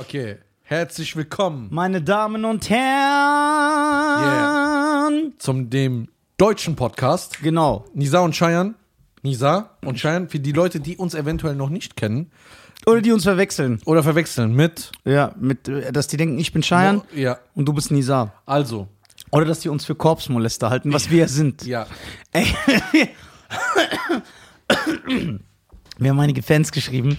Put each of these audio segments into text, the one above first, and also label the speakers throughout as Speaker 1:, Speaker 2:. Speaker 1: Okay, herzlich willkommen
Speaker 2: Meine Damen und Herren.
Speaker 1: zum dem deutschen Podcast.
Speaker 2: Genau.
Speaker 1: Nisa und Cheyenne. Nisa und Cheyenne, für die Leute, die uns eventuell noch nicht kennen
Speaker 2: Oder die uns verwechseln.
Speaker 1: oder verwechseln mit. Oh,
Speaker 2: Ja, mit, äh, dass die denken, ich bin Cheyenne
Speaker 1: Ja,
Speaker 2: und du bist Nizar.
Speaker 1: also,
Speaker 2: Oder dass die uns für Korpsmolester halten, was wir ja sind.
Speaker 1: ja.
Speaker 2: Ey, Mir haben einige Fans geschrieben,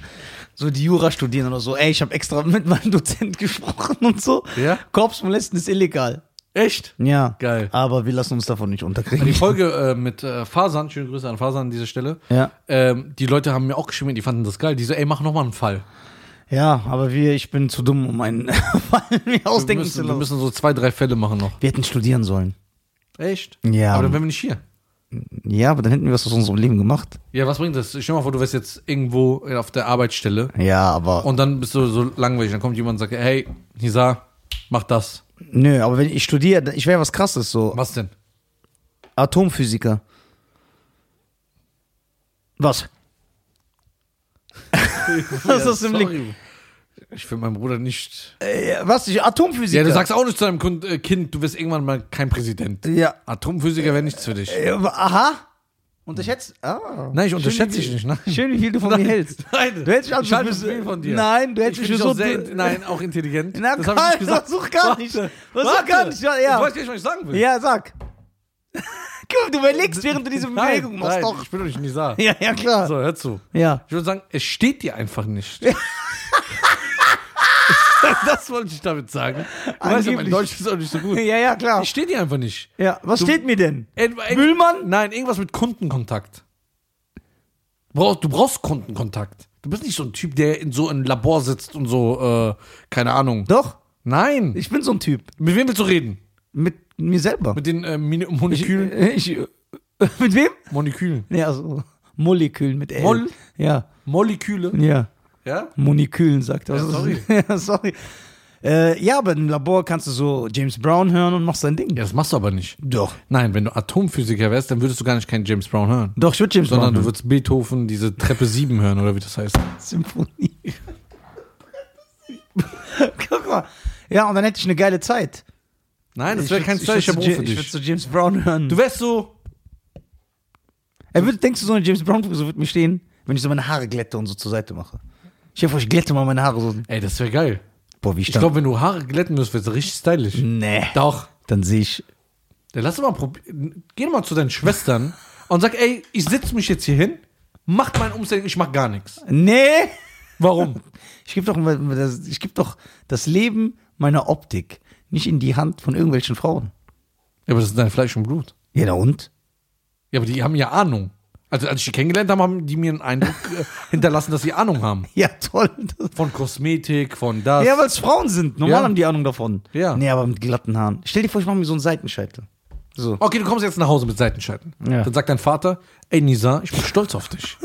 Speaker 2: so die Jura studieren oder so. Ey, ich habe extra mit meinem Dozent gesprochen und so.
Speaker 1: Ja?
Speaker 2: Korpsmolesten ist illegal.
Speaker 1: Echt?
Speaker 2: Ja.
Speaker 1: Geil.
Speaker 2: Aber wir lassen uns davon nicht
Speaker 1: Die
Speaker 2: unterkriegen.
Speaker 1: Folge äh, mit äh, Fasan, schöne Grüße an Fasan an dieser Stelle.
Speaker 2: Ja.
Speaker 1: Ähm, die Leute haben mir auch geschrieben, die fanden das geil. Die so, ey, mach nochmal einen Fall.
Speaker 2: Ja, aber wir, ich bin zu dumm, um einen Fall mir
Speaker 1: Wir
Speaker 2: ausdenken zu
Speaker 1: müssen, wir
Speaker 2: lassen.
Speaker 1: müssen so zwei, drei Fälle machen noch.
Speaker 2: Wir hätten studieren sollen.
Speaker 1: Echt?
Speaker 2: Ja.
Speaker 1: Aber dann wären wir nicht hier.
Speaker 2: Ja, aber dann hätten wir was aus unserem Leben gemacht.
Speaker 1: Ja, was bringt das? Stell dir mal vor, du wärst jetzt irgendwo auf der Arbeitsstelle
Speaker 2: Ja, aber.
Speaker 1: Und dann bist du so langweilig. Dann kommt jemand und sagt, hey, Nisa, mach das.
Speaker 2: nö, aber wenn ich studiere, ich wäre was krasses, so.
Speaker 1: Was denn?
Speaker 2: Atomphysiker. Was? Was hast du im Blick?
Speaker 1: Sorry. Ich will meinen Bruder nicht.
Speaker 2: Äh, was? Ich, Atomphysiker?
Speaker 1: Ja, du sagst auch nicht zu deinem Kund- äh, Kind, du wirst irgendwann mal kein Präsident.
Speaker 2: Ja.
Speaker 1: Atomphysiker wäre nichts für dich.
Speaker 2: Äh, aha. Unterschätzt. Ah.
Speaker 1: Nein, ich unterschätze
Speaker 2: wie-
Speaker 1: dich nicht. Nein.
Speaker 2: Schön, wie viel du von mir hältst.
Speaker 1: Nein,
Speaker 2: Du hättest mich
Speaker 1: ich halte
Speaker 2: also-
Speaker 1: viel von dir.
Speaker 2: Nein, du hättest
Speaker 1: ich
Speaker 2: mich
Speaker 1: mich so
Speaker 2: so-
Speaker 1: sehr, Nein, auch intelligent.
Speaker 2: Na,
Speaker 1: das habe ich nicht
Speaker 2: Karl,
Speaker 1: gesagt.
Speaker 2: versuch gar
Speaker 1: Warte,
Speaker 2: nicht. Versuch
Speaker 1: warte.
Speaker 2: gar nicht, ja, ja.
Speaker 1: Ich weiß gar nicht, was ich sagen will.
Speaker 2: Ja, sag. Guck mal, du überlegst, während du diese
Speaker 1: nein,
Speaker 2: Bewegung machst.
Speaker 1: nein,
Speaker 2: Doch.
Speaker 1: Ich bin doch nicht Nisa.
Speaker 2: Ja, ja, klar.
Speaker 1: So, hör zu.
Speaker 2: Ja.
Speaker 1: Ich würde sagen, es steht dir einfach nicht. das wollte ich damit sagen. Du weißt ja, mein
Speaker 2: Angeblich.
Speaker 1: Deutsch ist auch nicht so gut.
Speaker 2: Ja, ja, klar.
Speaker 1: Es steht dir einfach nicht.
Speaker 2: Ja, was steht mir denn?
Speaker 1: Müllmann? Nein, irgendwas mit Kundenkontakt. Brauch- Du brauchst Kundenkontakt. Du bist nicht so ein Typ, der in so einem Labor sitzt und so, äh, keine Ahnung.
Speaker 2: Doch,
Speaker 1: Nein.
Speaker 2: ich bin so ein Typ.
Speaker 1: Mit wem willst du reden?
Speaker 2: Mit mir selber.
Speaker 1: Mit den äh, Mini- Molekülen?
Speaker 2: Ich, äh, mit wem?
Speaker 1: Molekülen.
Speaker 2: Ja, so Molekülen mit L.
Speaker 1: Mol?
Speaker 2: Ja,
Speaker 1: Moleküle?
Speaker 2: ja.
Speaker 1: Ja?
Speaker 2: Molekülen sagt er.
Speaker 1: Ja, sorry.
Speaker 2: ja, sorry. Äh, ja, aber im Labor kannst du so James Brown hören und machst dein Ding.
Speaker 1: Ja, das machst du aber nicht.
Speaker 2: Doch.
Speaker 1: Nein, wenn du Atomphysiker wärst, dann würdest du gar nicht keinen James Brown hören.
Speaker 2: Doch, ich würde James
Speaker 1: sondern du
Speaker 2: Brown
Speaker 1: würdest Beethoven diese Treppe 7 hören oder wie das heißt.
Speaker 2: hören. Symphonie. Guck mal. Ja, und dann hätte ich eine geile Zeit.
Speaker 1: Nein, das wäre
Speaker 2: Ich würd-
Speaker 1: kein
Speaker 2: ich
Speaker 1: stylischer
Speaker 2: würd
Speaker 1: Beruf
Speaker 2: so
Speaker 1: für
Speaker 2: Ja- Ich würde
Speaker 1: dich.
Speaker 2: so James Brown hören.
Speaker 1: Du wärst so,
Speaker 2: Er würde, denkst du, so eine James Brown-Frisur wird mir stehen, wenn ich so meine Haare glätte und so zur Seite mache? Ich hoffe, ich glätte mal meine Haare so.
Speaker 1: ey, das wäre geil.
Speaker 2: Boah, wie ich,
Speaker 1: Ich
Speaker 2: dann.
Speaker 1: glaube, wenn du Haare glätten müsst, wärst du richtig stylisch.
Speaker 2: nee.
Speaker 1: Doch.
Speaker 2: Dann sehe ich.
Speaker 1: Dann lass doch mal probieren. Geh doch mal zu deinen Schwestern und sag, ey, ich setze mich jetzt hier hin, mach mein Umständen, ich mach gar nichts.
Speaker 2: Nee!
Speaker 1: Warum?
Speaker 2: Ich gebe doch, mal das- ich geb doch das Leben meiner Optik nicht in die Hand von irgendwelchen Frauen.
Speaker 1: Ja, aber das ist dein Fleisch und Blut.
Speaker 2: Ja, na und?
Speaker 1: Ja, aber die haben ja Ahnung. Also, als ich die kennengelernt habe, haben die mir einen Eindruck äh, hinterlassen, dass sie Ahnung haben.
Speaker 2: Ja, toll. Das-
Speaker 1: Von Kosmetik, von das.
Speaker 2: Ja, weil es Frauen sind. Normal
Speaker 1: Ja.
Speaker 2: haben die Ahnung davon.
Speaker 1: Ja.
Speaker 2: Nee, aber mit glatten Haaren. Stell dir vor, ich mache mir so einen Seitenscheitel. So.
Speaker 1: Okay, du kommst jetzt nach Hause mit Seitenscheitel.
Speaker 2: Ja.
Speaker 1: Dann sagt dein Vater, ey Nisa, ich bin stolz auf dich.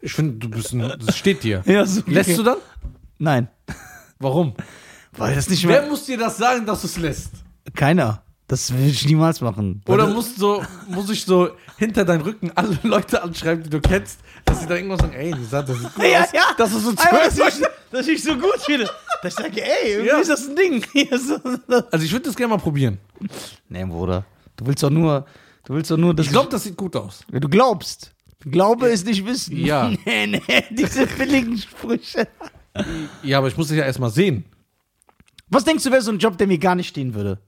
Speaker 1: Ich finde, du bist ein, das steht dir.
Speaker 2: Ja, so.
Speaker 1: Lässt du dann?
Speaker 2: Nein.
Speaker 1: Warum?
Speaker 2: Weil das nicht
Speaker 1: Wer
Speaker 2: mehr.
Speaker 1: muss dir das sagen, dass du es lässt?
Speaker 2: Keiner. Das will ich niemals machen.
Speaker 1: Oder muss, so, muss ich so hinter deinen Rücken alle Leute anschreiben, die du kennst, dass sie dann irgendwas sagen, ey Nisa, das sieht gut
Speaker 2: Ja,
Speaker 1: aus.
Speaker 2: ja.
Speaker 1: Das ist so
Speaker 2: Einmal, dass,
Speaker 1: zwölf.
Speaker 2: ich, dass ich so gut finde. Dass ich sage, ey, irgendwie
Speaker 1: Ja.
Speaker 2: ist das ein Ding. Hier ist das-
Speaker 1: Also ich würde das gerne mal probieren.
Speaker 2: nee, Bruder. Du willst doch nur, du willst doch nur, dass
Speaker 1: Ich glaube, das sieht gut aus.
Speaker 2: ich- du glaubst. Glaube ist nicht wissen.
Speaker 1: Ja.
Speaker 2: Nee, nee, diese billigen Sprüche.
Speaker 1: Ja, aber ich muss dich ja erstmal sehen.
Speaker 2: Was denkst du, wäre so ein Job, der mir gar nicht stehen würde?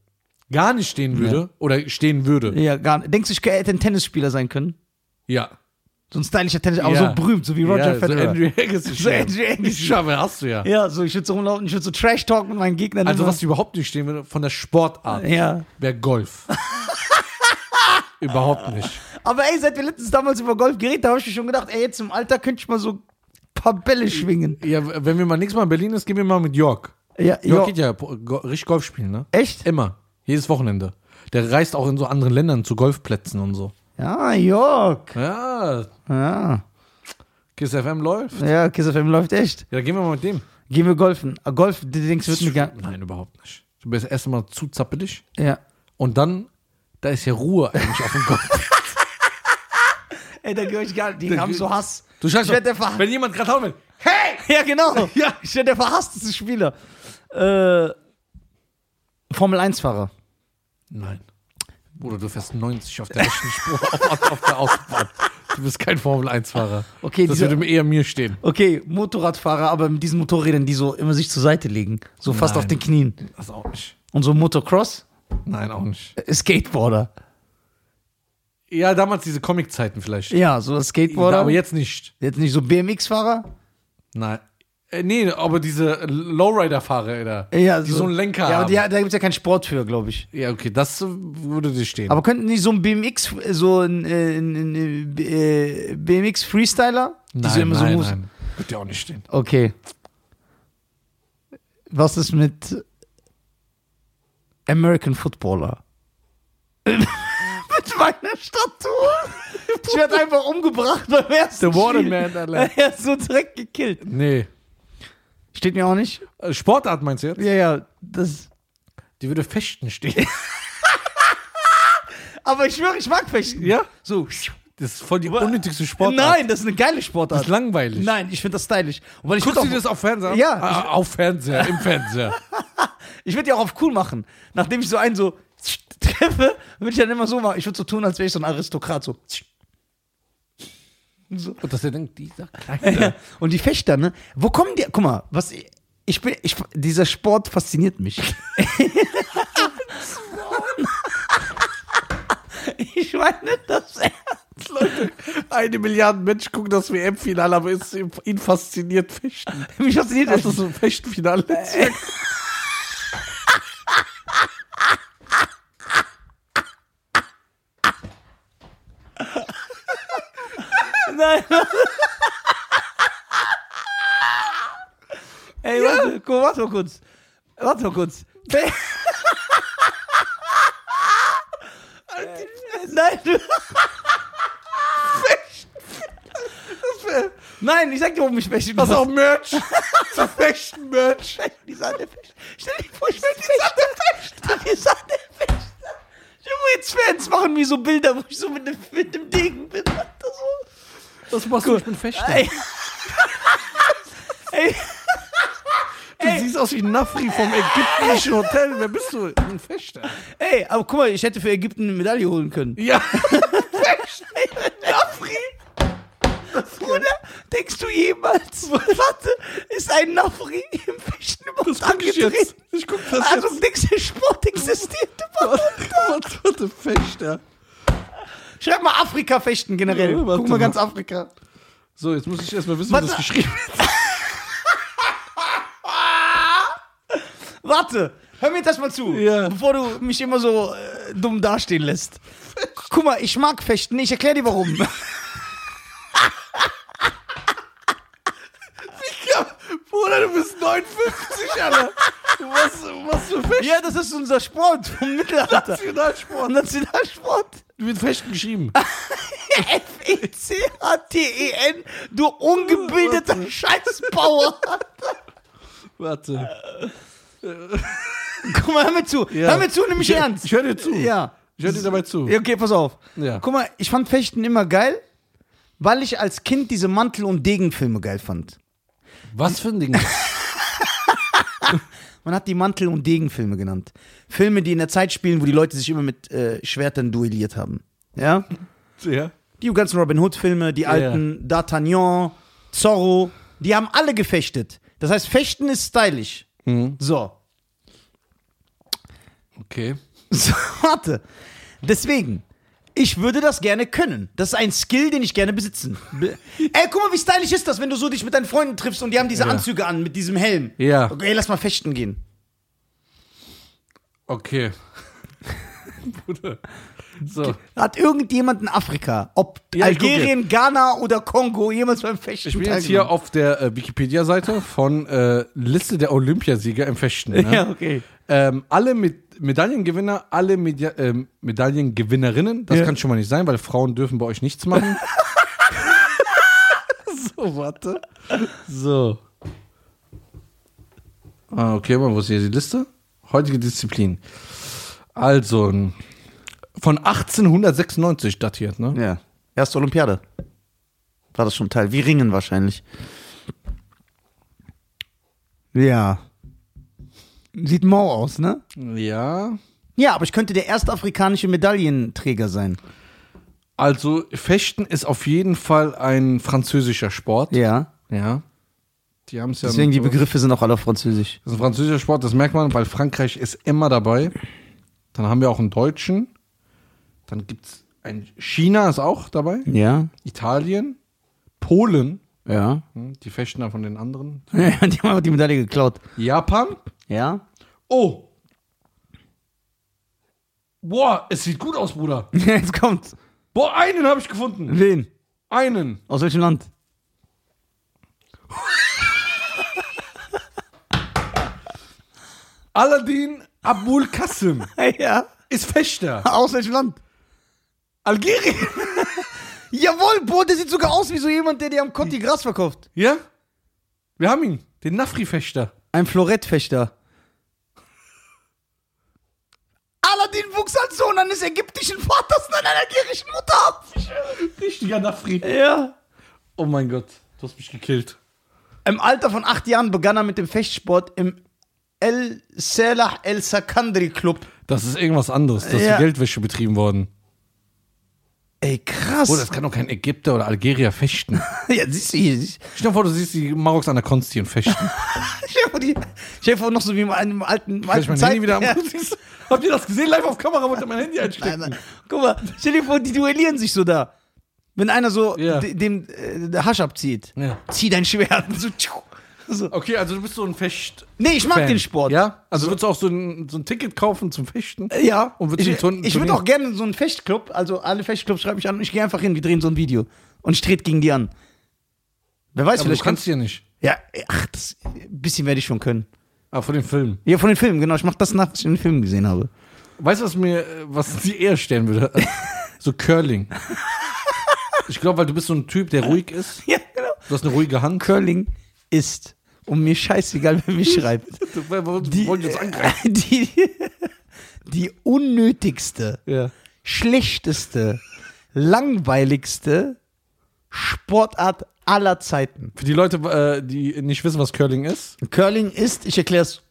Speaker 1: Gar nicht stehen würde oder stehen würde.
Speaker 2: Ja, gar nicht. Denkst du, ich hätte ein Tennisspieler sein können?
Speaker 1: Ja.
Speaker 2: So ein stylischer Tennis, aber
Speaker 1: Ja.
Speaker 2: so berühmt, so wie
Speaker 1: ja,
Speaker 2: Roger
Speaker 1: So
Speaker 2: Federer.
Speaker 1: Andrew Agassi.
Speaker 2: So Andrew Agassi.
Speaker 1: Schaffe, hast du ja.
Speaker 2: ja, so ich würde so rumlaufen, ich würde so Trash-Talk mit meinen Gegnern.
Speaker 1: Also
Speaker 2: immer.
Speaker 1: was überhaupt nicht stehen würde von der Sportart,
Speaker 2: Mhm. Ja.
Speaker 1: wäre Golf. überhaupt nicht.
Speaker 2: Aber ey, seit wir letztens damals über Golf geredet, da habe ich mir schon gedacht, ey, jetzt im Alter könnte ich mal so ein paar Bälle schwingen.
Speaker 1: Ja, wenn wir mal nächstes Mal in Berlin ist, gehen wir mal mit Jörg.
Speaker 2: Ja,
Speaker 1: Jörg
Speaker 2: ja.
Speaker 1: geht ja po- go- richtig Golf spielen, ne?
Speaker 2: Echt?
Speaker 1: Immer. Jedes Wochenende. Der reist auch in so anderen Ländern zu Golfplätzen und so.
Speaker 2: Ja, Jörg.
Speaker 1: Ja,
Speaker 2: Ja,
Speaker 1: Kiss FM läuft.
Speaker 2: ja Kiss FM läuft echt.
Speaker 1: Ja, gehen wir mal mit dem.
Speaker 2: Gehen wir golfen. Ah, Golf, du denkst, wird mir gar
Speaker 1: Nein, überhaupt nicht. Du bist erstmal zu zappelig
Speaker 2: Ja.
Speaker 1: und dann, da ist ja Ruhe eigentlich auf dem Golf.
Speaker 2: Ey, da gehöre ich gar nicht. Die haben so Hass.
Speaker 1: Du scheiße.
Speaker 2: Ich werd der Ver-
Speaker 1: Wenn jemand gerade hauen will,
Speaker 2: Hey! Ja, genau.
Speaker 1: Ja.
Speaker 2: Ich bin der verhassteste Spieler. Äh, Formel-1-Fahrer.
Speaker 1: Nein. Bruder, du fährst 90 auf der rechten Spur auf, auf der Autobahn. Du bist kein Formel-1-Fahrer.
Speaker 2: Okay,
Speaker 1: das
Speaker 2: dieser-
Speaker 1: würde mir eher mir stehen.
Speaker 2: Okay, Motorradfahrer, aber mit diesen Motorrädern, die so immer sich zur Seite legen. So fast
Speaker 1: Nein.
Speaker 2: auf den Knien.
Speaker 1: Das auch nicht.
Speaker 2: Und so Motocross,
Speaker 1: Nein, auch nicht.
Speaker 2: äh, Skateboarder.
Speaker 1: Ja, damals diese Comic-Zeiten vielleicht.
Speaker 2: Ja, so Skateboarder.
Speaker 1: Aber jetzt nicht.
Speaker 2: Jetzt nicht so BMX-Fahrer?
Speaker 1: Nein. Äh, nee, aber diese Lowrider-Fahrer, da, die so einen Lenker
Speaker 2: Ja, aber
Speaker 1: haben.
Speaker 2: die, da gibt es ja keinen Sport für, glaube ich.
Speaker 1: ja, okay, das äh, würde dir stehen.
Speaker 2: Aber könnten nicht so ein BMX, so ein, äh, ein, ein, äh, BMX Freestyler? die so immer so Moves-
Speaker 1: Wird dir auch nicht stehen.
Speaker 2: Okay. Was ist mit American Footballer? mit meiner Statur? Ich werde einfach umgebracht beim ersten
Speaker 1: The Waterman,
Speaker 2: Spiel.
Speaker 1: Alter.
Speaker 2: Er ist so direkt gekillt.
Speaker 1: Nee.
Speaker 2: Steht mir auch nicht?
Speaker 1: Äh, Sportart meinst du jetzt?
Speaker 2: Ja, ja. Das
Speaker 1: Die würde Fechten stehen.
Speaker 2: aber ich schwöre, ich mag Fechten.
Speaker 1: ja?
Speaker 2: So.
Speaker 1: Das ist voll die unnötigste Sportart.
Speaker 2: Nein, das ist eine geile
Speaker 1: Das
Speaker 2: Sportart.
Speaker 1: ist langweilig.
Speaker 2: Nein, ich finde das stylisch. Und weil ich
Speaker 1: Guckst du dir
Speaker 2: würde
Speaker 1: das auf Fernseher? an?
Speaker 2: Ja.
Speaker 1: Ah, auf Fernseher, im Fernseher.
Speaker 2: würd die auch auf cool machen. Nachdem ich so einen so treffe, würde ich dann immer so machen. Ich würde so tun, als wäre ich so ein Aristokrat. So.
Speaker 1: Und dass der denkt, dieser
Speaker 2: Ja.
Speaker 1: kleine.
Speaker 2: Und die Fechter, ne? Wo kommen die? Guck mal, was ich bin, ich, dieser Sport fasziniert mich. ich meine das ernst, Leute.
Speaker 1: Eine Milliarde Menschen gucken das WM-Finale, aber ist ihn fasziniert Fechten.
Speaker 2: Mich fasziniert
Speaker 1: Das
Speaker 2: das. Äh.
Speaker 1: ist ein Fechtenfinale.
Speaker 2: Nein. Ey, warte, guck, warte mal kurz. Warte mal kurz. Fe-
Speaker 1: Halt
Speaker 2: Nein. du- Nein, ich sag dir, warum ich Fechten
Speaker 1: Das ist auch Merch. Zu Fechten-Merch.
Speaker 2: Die Sahne Fechten. Stell dir vor, ich will die Sahne Fechten. Die Sahne Fechten. Junge, jetzt Fans machen mir so Bilder, wo ich so mit dem, mit dem Degen bin. Alter, so.
Speaker 1: Das machst du nicht mit Fechten.
Speaker 2: Ey. Ey.
Speaker 1: Du siehst aus wie Nafri vom ägyptischen Hotel. Wer bist du? Ein Fechter.
Speaker 2: Ey, aber guck mal, ich hätte für Ägypten eine Medaille holen können.
Speaker 1: Ja.
Speaker 2: Nafri? Bruder, denkst du jemals, warte, ist ein Nafri im Fechten überhaupt
Speaker 1: Guck ich jetzt.
Speaker 2: angetreten?
Speaker 1: Ich guck das
Speaker 2: Also,
Speaker 1: jetzt.
Speaker 2: denkst du, der Sport existiert überhaupt?
Speaker 1: Was wird ein Fechter?
Speaker 2: Schreib mal Afrika-Fechten generell.
Speaker 1: Ja, warte
Speaker 2: guck
Speaker 1: mal.
Speaker 2: mal ganz Afrika.
Speaker 1: So, jetzt muss ich erstmal wissen,
Speaker 2: Warte.
Speaker 1: wie das geschrieben wird.
Speaker 2: Warte, hör mir das mal zu,
Speaker 1: Ja.
Speaker 2: bevor du mich immer so äh, dumm dastehen lässt. Guck mal, ich mag Fechten, ich erkläre dir warum.
Speaker 1: Bruder, du bist 59, Alter. Was, was für Fechten?
Speaker 2: ja, das ist unser Sport vom Mittelalter.
Speaker 1: Nationalsport. Ah.
Speaker 2: Nationalsport.
Speaker 1: Wird Fechten geschrieben.
Speaker 2: E F-E-C-H-T-E-N, E du ungebildeter Scheißbauer.
Speaker 1: Warte.
Speaker 2: Guck mal, hör mir zu.
Speaker 1: Ja.
Speaker 2: Hör mir zu, nimm mich
Speaker 1: Ich-
Speaker 2: ernst.
Speaker 1: Ich höre dir zu.
Speaker 2: Ja.
Speaker 1: Ich höre dir dabei zu.
Speaker 2: ja. Okay, pass auf.
Speaker 1: Ja.
Speaker 2: Guck mal, ich fand Fechten immer geil, weil ich als Kind diese Mantel- und Degenfilme geil fand.
Speaker 1: Was für ein Ding?
Speaker 2: Man hat die Mantel- und Degenfilme genannt. Filme, die in der Zeit spielen, wo die Leute sich immer mit äh, Schwertern duelliert haben. Ja?
Speaker 1: ja.
Speaker 2: Die ganzen Robin Hood-Filme, die alten D'Artagnan, Zorro, die haben alle gefechtet. Das heißt, Fechten ist stylisch.
Speaker 1: Mhm.
Speaker 2: So.
Speaker 1: Okay.
Speaker 2: So, warte. Deswegen, ich würde das gerne können. Das ist ein Skill, den ich gerne besitzen. Be Ey, guck mal, wie stylisch ist das, wenn du so dich mit deinen Freunden triffst und die haben diese
Speaker 1: Ja.
Speaker 2: Anzüge an mit diesem Helm.
Speaker 1: Ja.
Speaker 2: Okay, lass mal fechten gehen.
Speaker 1: Okay. Bruder. So.
Speaker 2: Hat irgendjemand in Afrika, ob
Speaker 1: Ja, ich
Speaker 2: Algerien, Ghana oder Kongo, jemals beim Fechten
Speaker 1: Ich bin jetzt hier auf der äh, Wikipedia-Seite von äh, Liste der Olympiasieger im Fechten. Ne?
Speaker 2: Ja, okay.
Speaker 1: Ähm, alle mit Medaillengewinner, alle Media ähm, Medaillengewinnerinnen, das
Speaker 2: Ja.
Speaker 1: kann schon mal nicht sein, weil Frauen dürfen bei euch nichts machen.
Speaker 2: Oh,
Speaker 1: so, warte. So. Ah, okay, mal, wo ist hier die Liste? Heutige Disziplin. Also, n- von 1896 datiert, ne?
Speaker 2: Ja. Erste Olympiade. War das schon Teil? Wie Ringen wahrscheinlich. Ja. Sieht mau aus, ne?
Speaker 1: Ja.
Speaker 2: Ja, aber ich könnte der erste afrikanische Medaillenträger sein.
Speaker 1: Also, Fechten ist auf jeden Fall ein französischer Sport.
Speaker 2: Ja.
Speaker 1: Ja. Die haben es ja.
Speaker 2: Deswegen die
Speaker 1: mit-
Speaker 2: Begriffe sind auch alle auf Französisch.
Speaker 1: Das ist ein französischer Sport, das merkt man, weil Frankreich ist immer dabei. Dann haben wir auch einen Deutschen. Dann gibt es ein China ist auch dabei.
Speaker 2: Ja.
Speaker 1: Italien, Polen,
Speaker 2: Ja.
Speaker 1: hm, die fechten dann von den anderen.
Speaker 2: die haben einfach die Medaille geklaut.
Speaker 1: Japan.
Speaker 2: Ja.
Speaker 1: Oh. Boah, es sieht gut aus, Bruder.
Speaker 2: Jetzt kommt.
Speaker 1: Boah, einen habe ich gefunden.
Speaker 2: Wen?
Speaker 1: Einen.
Speaker 2: Aus welchem Land?
Speaker 1: Aladdin Abul Kassim
Speaker 2: Ja.
Speaker 1: ist Fechter.
Speaker 2: Aus welchem Land?
Speaker 1: Algerien.
Speaker 2: Jawohl, Bro, der sieht sogar aus wie so jemand, der dir am Conti Gras verkauft.
Speaker 1: Ja? Wir haben ihn. Den Nafri-Fechter.
Speaker 2: Ein Florettfechter. Aladdin wuchs als Sohn eines ägyptischen Vaters und einer algerischen Mutter ab.
Speaker 1: Richtiger Nafri.
Speaker 2: Ja.
Speaker 1: Oh mein Gott, du hast mich gekillt.
Speaker 2: Im Alter von acht Jahren begann er mit dem Fechtsport im El Salah El Sakandri Club.
Speaker 1: Das ist irgendwas anderes. Das
Speaker 2: Ja.
Speaker 1: ist Geldwäsche betrieben worden.
Speaker 2: Ey, krass.
Speaker 1: Oder das kann doch kein Ägypter oder Algerier fechten.
Speaker 2: ja, siehst du hier. siehst du.
Speaker 1: Stell dir vor, du siehst die Maroks an der Konsti und fechten.
Speaker 2: Stell dir vor, die- stell dir vor, noch so wie in einem alten,
Speaker 1: Kann ich
Speaker 2: alten
Speaker 1: mein
Speaker 2: Zeit.
Speaker 1: Handy wieder am
Speaker 2: Ja.
Speaker 1: Habt ihr das gesehen? Live auf Kamera wollte mein Handy
Speaker 2: Nein,
Speaker 1: einstecken.
Speaker 2: nein. Guck mal, stell dir vor, die duellieren sich so da. Wenn einer so
Speaker 1: Ja.
Speaker 2: de- dem äh, Hasch abzieht,
Speaker 1: Ja.
Speaker 2: zieh dein Schwert. So, tschu. so.
Speaker 1: Okay, also du bist so ein Fecht.
Speaker 2: Nee, ich mag
Speaker 1: Fan.
Speaker 2: den Sport. Äh,
Speaker 1: Ja? Also würdest du auch so ein, so ein Ticket kaufen zum Fechten?
Speaker 2: Ja.
Speaker 1: Und würdest
Speaker 2: ich
Speaker 1: du Turn-
Speaker 2: ich würde
Speaker 1: Turnier-
Speaker 2: auch gerne in so einen Fechtclub, also alle Fechtclubs schreiben mich an und ich gehe einfach hin, wir drehen so ein Video. Und ich trete gegen die an. Wer weiß,
Speaker 1: Aber du
Speaker 2: vielleicht
Speaker 1: kannst ja nicht.
Speaker 2: Ja, ach, das, ein bisschen werde ich schon können.
Speaker 1: Aber von dem Film.
Speaker 2: Ja, von den Filmen, genau. Ich mache das nach, was ich in den Filmen gesehen habe.
Speaker 1: Weißt du, was mir, äh, was sie eher stellen würde? so Curling. Ich glaube, weil du bist so ein Typ, der ruhig ist.
Speaker 2: Ja, genau.
Speaker 1: Du hast eine ruhige Hand.
Speaker 2: Curling ist. Und mir scheißegal, wer mich schreibt.
Speaker 1: Die,
Speaker 2: Die,
Speaker 1: wollen jetzt angreifen.
Speaker 2: äh, die, die unnötigste,
Speaker 1: Ja.
Speaker 2: schlechteste, langweiligste Sportart aller Zeiten.
Speaker 1: Für die Leute, äh, die nicht wissen, was Curling ist.
Speaker 2: Curling ist, ich erkläre es,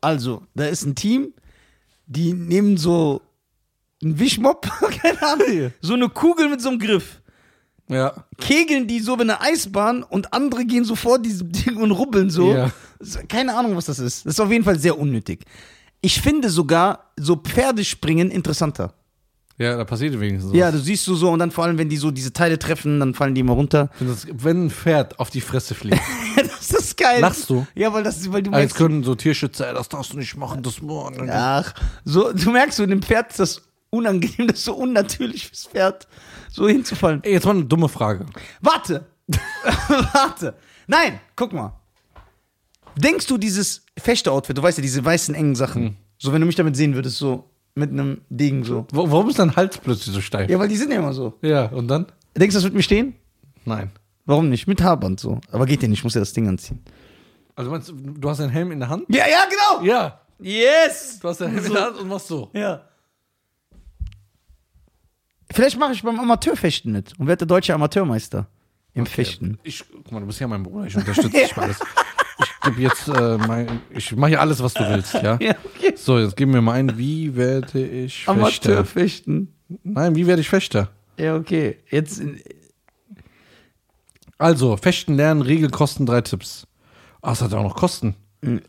Speaker 2: also, da ist ein Team, die nehmen so einen Wischmopp, keine Ahnung, so eine Kugel mit so einem Griff,
Speaker 1: Ja.
Speaker 2: kegeln die so wie eine Eisbahn und andere gehen so vor diesem Ding und rubbeln so.
Speaker 1: Ja.
Speaker 2: So, Keine Ahnung, was das ist. Das ist auf jeden Fall sehr unnötig. Ich finde sogar so Pferdespringen interessanter.
Speaker 1: Ja, da passiert wenigstens
Speaker 2: Ja,
Speaker 1: was.
Speaker 2: du siehst du so und dann vor allem, wenn die so diese Teile treffen, dann fallen die immer runter.
Speaker 1: Wenn das- Wenn ein Pferd auf die Fresse fliegt,
Speaker 2: das ist geil.
Speaker 1: Lachst du?
Speaker 2: Ja, weil das, weil du
Speaker 1: als
Speaker 2: merkst,
Speaker 1: können so Tierschützer, ey, das darfst du nicht machen, das morgen.
Speaker 2: Ach, so, du merkst so, dem Pferd ist das unangenehm, das ist so unnatürlich fürs Pferd, so hinzufallen.
Speaker 1: Ey, jetzt mal eine dumme Frage.
Speaker 2: Warte! Warte! Nein, guck mal. Denkst du, dieses Fechter-Outfit, du weißt ja, diese weißen engen Sachen, so wenn du mich damit sehen würdest, so mit einem Degen so.
Speaker 1: Wa- Warum ist dein Hals plötzlich so steif? Ja,
Speaker 2: Ja, weil die sind ja immer so.
Speaker 1: und dann?
Speaker 2: Denkst du, das wird mir stehen?
Speaker 1: Nein.
Speaker 2: Warum nicht? Mit Haarband so. Aber geht ja nicht, ich muss ja das Ding anziehen.
Speaker 1: Also meinst du, du hast deinen Helm in der Hand?
Speaker 2: Ja, ja, genau!
Speaker 1: Ja.
Speaker 2: Yes!
Speaker 1: Du hast deinen Helm in der Hand und machst so.
Speaker 2: Ja. Vielleicht mache ich beim Amateurfechten mit und werde der deutsche Amateurmeister im Fechten.
Speaker 1: Ich, guck mal, du bist ja mein Bruder, ich unterstütze dich bei alles. Ich gebe jetzt, äh, mein, ich mache ja alles, was du willst, ja?
Speaker 2: Ja, okay.
Speaker 1: So, jetzt geben wir mal ein, wie werde ich Fechter?
Speaker 2: Amateurfechten.
Speaker 1: Nein, wie werde ich Fechter?
Speaker 2: Ja, okay. Jetzt. in-
Speaker 1: Also, Fechten lernen, Regel, Kosten, drei Tipps. Ah, es hat ja auch noch Kosten.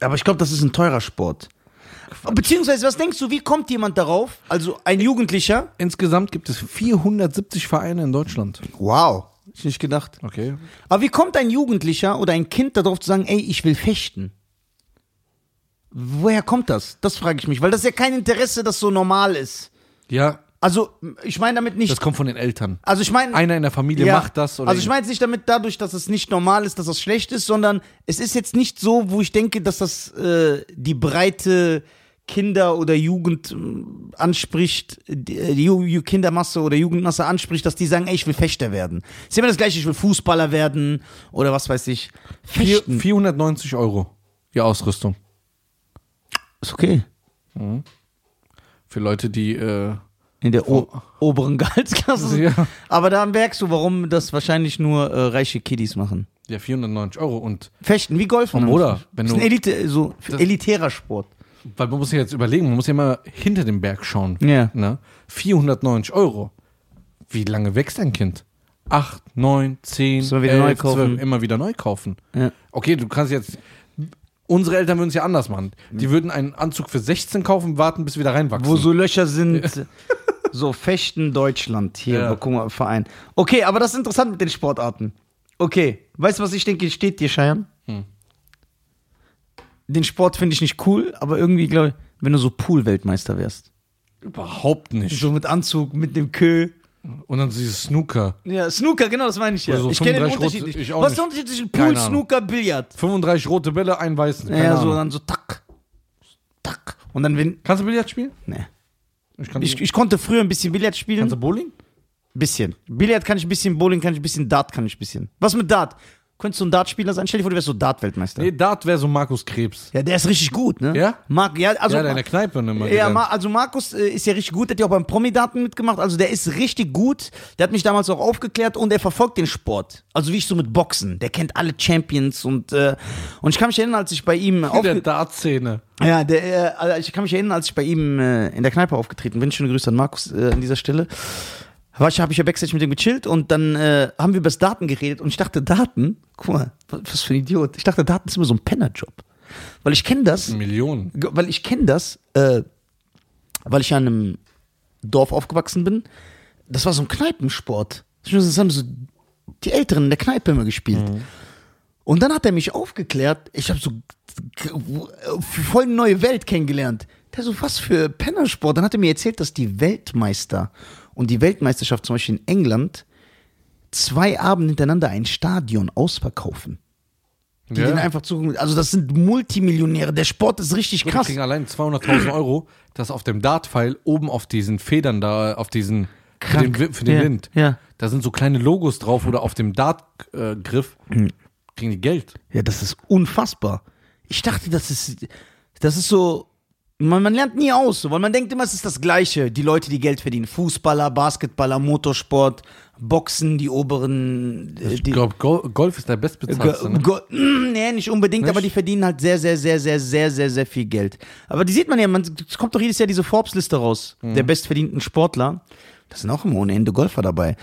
Speaker 2: Aber ich glaube, das ist ein teurer Sport. Beziehungsweise, was denkst du, wie kommt jemand darauf? Also ein Jugendlicher?
Speaker 1: Insgesamt gibt es 470 Vereine in Deutschland.
Speaker 2: Wow. Hätte ich nicht gedacht.
Speaker 1: Okay.
Speaker 2: Aber wie kommt ein Jugendlicher oder ein Kind darauf zu sagen, ey, ich will fechten? Woher kommt das? Das frage ich mich, weil das ist ja kein Interesse, das so normal ist.
Speaker 1: Ja,
Speaker 2: Also, ich meine damit nicht.
Speaker 1: das kommt von den Eltern.
Speaker 2: Also ich meine,
Speaker 1: Einer in der Familie macht das oder
Speaker 2: also ich meine jetzt nicht damit dadurch, dass es nicht normal ist, dass das schlecht ist, sondern es ist jetzt nicht so, wo ich denke, dass das äh, die breite Kinder oder Jugend ähm, anspricht, die, äh, die Ju- Ju- Kindermasse oder Jugendmasse anspricht, dass die sagen, ey, ich will Fechter werden. Ist immer das gleiche, ich will Fußballer werden oder was weiß ich.
Speaker 1: Vier-
Speaker 2: Fechten.
Speaker 1: 490 Euro, die Ausrüstung.
Speaker 2: Ist okay.
Speaker 1: Für Leute, die, äh,
Speaker 2: In der o oberen Gehaltsklasse.
Speaker 1: Oh. Ja.
Speaker 2: Aber da merkst du, warum das wahrscheinlich nur äh, reiche Kiddies machen.
Speaker 1: Ja, 490 Euro. Und
Speaker 2: Fechten wie Golfen.
Speaker 1: Bruder, wenn
Speaker 2: das
Speaker 1: du-
Speaker 2: ist ein Elite, äh, so elitärer Sport.
Speaker 1: weil man muss ja jetzt überlegen, man muss ja mal hinter dem Berg schauen.
Speaker 2: Ja.
Speaker 1: Ne? 490 Euro. Wie lange wächst ein Kind? 8, 9, 10,
Speaker 2: Müssen wir wieder
Speaker 1: 11,
Speaker 2: neu kaufen.
Speaker 1: 12, immer wieder neu kaufen.
Speaker 2: Ja.
Speaker 1: Okay, du kannst jetzt. Unsere Eltern würden es ja anders machen. Die würden einen Anzug für 16 kaufen, warten, bis wir da reinwachsen.
Speaker 2: Wo so Löcher sind. So, Fechten Deutschland. Hier,
Speaker 1: Ja.
Speaker 2: aber guck mal, Verein. Okay, aber das ist interessant mit den Sportarten. Okay, weißt du, was ich denke, steht dir, Scheiern?
Speaker 1: Hm.
Speaker 2: Den Sport finde ich nicht cool, aber irgendwie, glaube ich, wenn du so Pool-Weltmeister wärst.
Speaker 1: Überhaupt nicht.
Speaker 2: So mit Anzug, mit dem Kö.
Speaker 1: Und dann dieses Snooker.
Speaker 2: Ja, Snooker, genau, das meine ich ja.
Speaker 1: Oder so
Speaker 2: ich kenne den
Speaker 1: 35
Speaker 2: Unterschied
Speaker 1: Rote-
Speaker 2: nicht.
Speaker 1: ich auch
Speaker 2: Was ist der
Speaker 1: nicht.
Speaker 2: Unterschied zwischen
Speaker 1: Keine
Speaker 2: Pool,
Speaker 1: Ahnung.
Speaker 2: Snooker, Billard?
Speaker 1: 35 rote Bälle, einen weißen. Keine
Speaker 2: ja,
Speaker 1: Ahnung.
Speaker 2: so dann so tack, tack. Und dann wenn.
Speaker 1: Kannst du Billard spielen?
Speaker 2: Ne.
Speaker 1: Ich kann
Speaker 2: Ich, ich konnte früher ein bisschen Billard spielen.
Speaker 1: Kannst du Bowling?
Speaker 2: bisschen. Billard kann ich ein bisschen, Bowling kann ich ein bisschen, Dart kann ich ein bisschen. Was mit Dart? Könntest du ein Dartspieler sein? Stell dir vor, du wärst so Dart-Weltmeister.
Speaker 1: Nee, Dart wäre so Markus Krebs.
Speaker 2: Ja, der ist richtig gut, ne?
Speaker 1: Ja?
Speaker 2: Marc, ja, also.
Speaker 1: ja, deine Kneipe immer
Speaker 2: Ja, Ma also Markus äh, ist ja richtig gut, der hat ja auch beim Promi-Daten mitgemacht. Also der ist richtig gut. Der hat mich damals auch aufgeklärt und er verfolgt den Sport. Also wie ich so mit Boxen. Der kennt alle Champions und äh, und ich kann mich erinnern, als ich bei ihm
Speaker 1: in der
Speaker 2: aufge
Speaker 1: Dart-Szene.
Speaker 2: ja, der, äh, also ich kann mich erinnern, als ich bei ihm äh, in der Kneipe aufgetreten bin. Schöne Grüße an Markus äh, an dieser Stelle. War ich, habe ich ja backstage mit ihm gechillt und dann äh, haben wir über das Daten geredet und ich dachte, Daten, guck mal, was- was für ein Idiot. Ich dachte, Daten ist immer so ein Pennerjob. Weil ich kenne das
Speaker 1: Millionen.
Speaker 2: Ge- weil ich kenne das, äh, weil ich ja in einem Dorf aufgewachsen bin. Das war so ein Kneipensport. Das haben so die Älteren in der Kneipe immer gespielt.
Speaker 1: Mhm.
Speaker 2: Und dann hat er mich aufgeklärt. Ich habe so g- äh, voll eine neue Welt kennengelernt. Der so, was für Pennersport. Dann hat er mir erzählt, dass die Weltmeister und die Weltmeisterschaft zum Beispiel in England zwei Abende hintereinander ein Stadion ausverkaufen. Die
Speaker 1: Ja.
Speaker 2: denen einfach zu. Also, das sind Multimillionäre. Der Sport ist richtig
Speaker 1: Krass.
Speaker 2: krass.
Speaker 1: kriegen allein 200.000 Euro, das auf dem Dart-Pfeil oben auf diesen Federn da, auf diesen, für den,
Speaker 2: Krank.
Speaker 1: Wi- für den
Speaker 2: Ja,
Speaker 1: Wind,
Speaker 2: ja.
Speaker 1: da sind so kleine Logos drauf oder auf dem Dart-Griff,
Speaker 2: Hm.
Speaker 1: kriegen die Geld.
Speaker 2: Ja, das ist unfassbar. Ich dachte, das ist, das ist so, man, man lernt nie aus, so, weil man denkt immer, es ist das Gleiche. Die Leute, die Geld verdienen, Fußballer, Basketballer, Motorsport, Boxen, die oberen, äh,
Speaker 1: Ich
Speaker 2: die,
Speaker 1: glaube, Golf ist der bestbezahlte. Ne?
Speaker 2: Go- Mm, nee, nicht unbedingt, aber die verdienen halt sehr, sehr, sehr, sehr, sehr, sehr, sehr viel Geld. Aber die sieht man ja, man, es kommt doch jedes Jahr diese Forbes-Liste raus, der bestverdienten Sportler. Da sind auch immer ohne Ende Golfer dabei.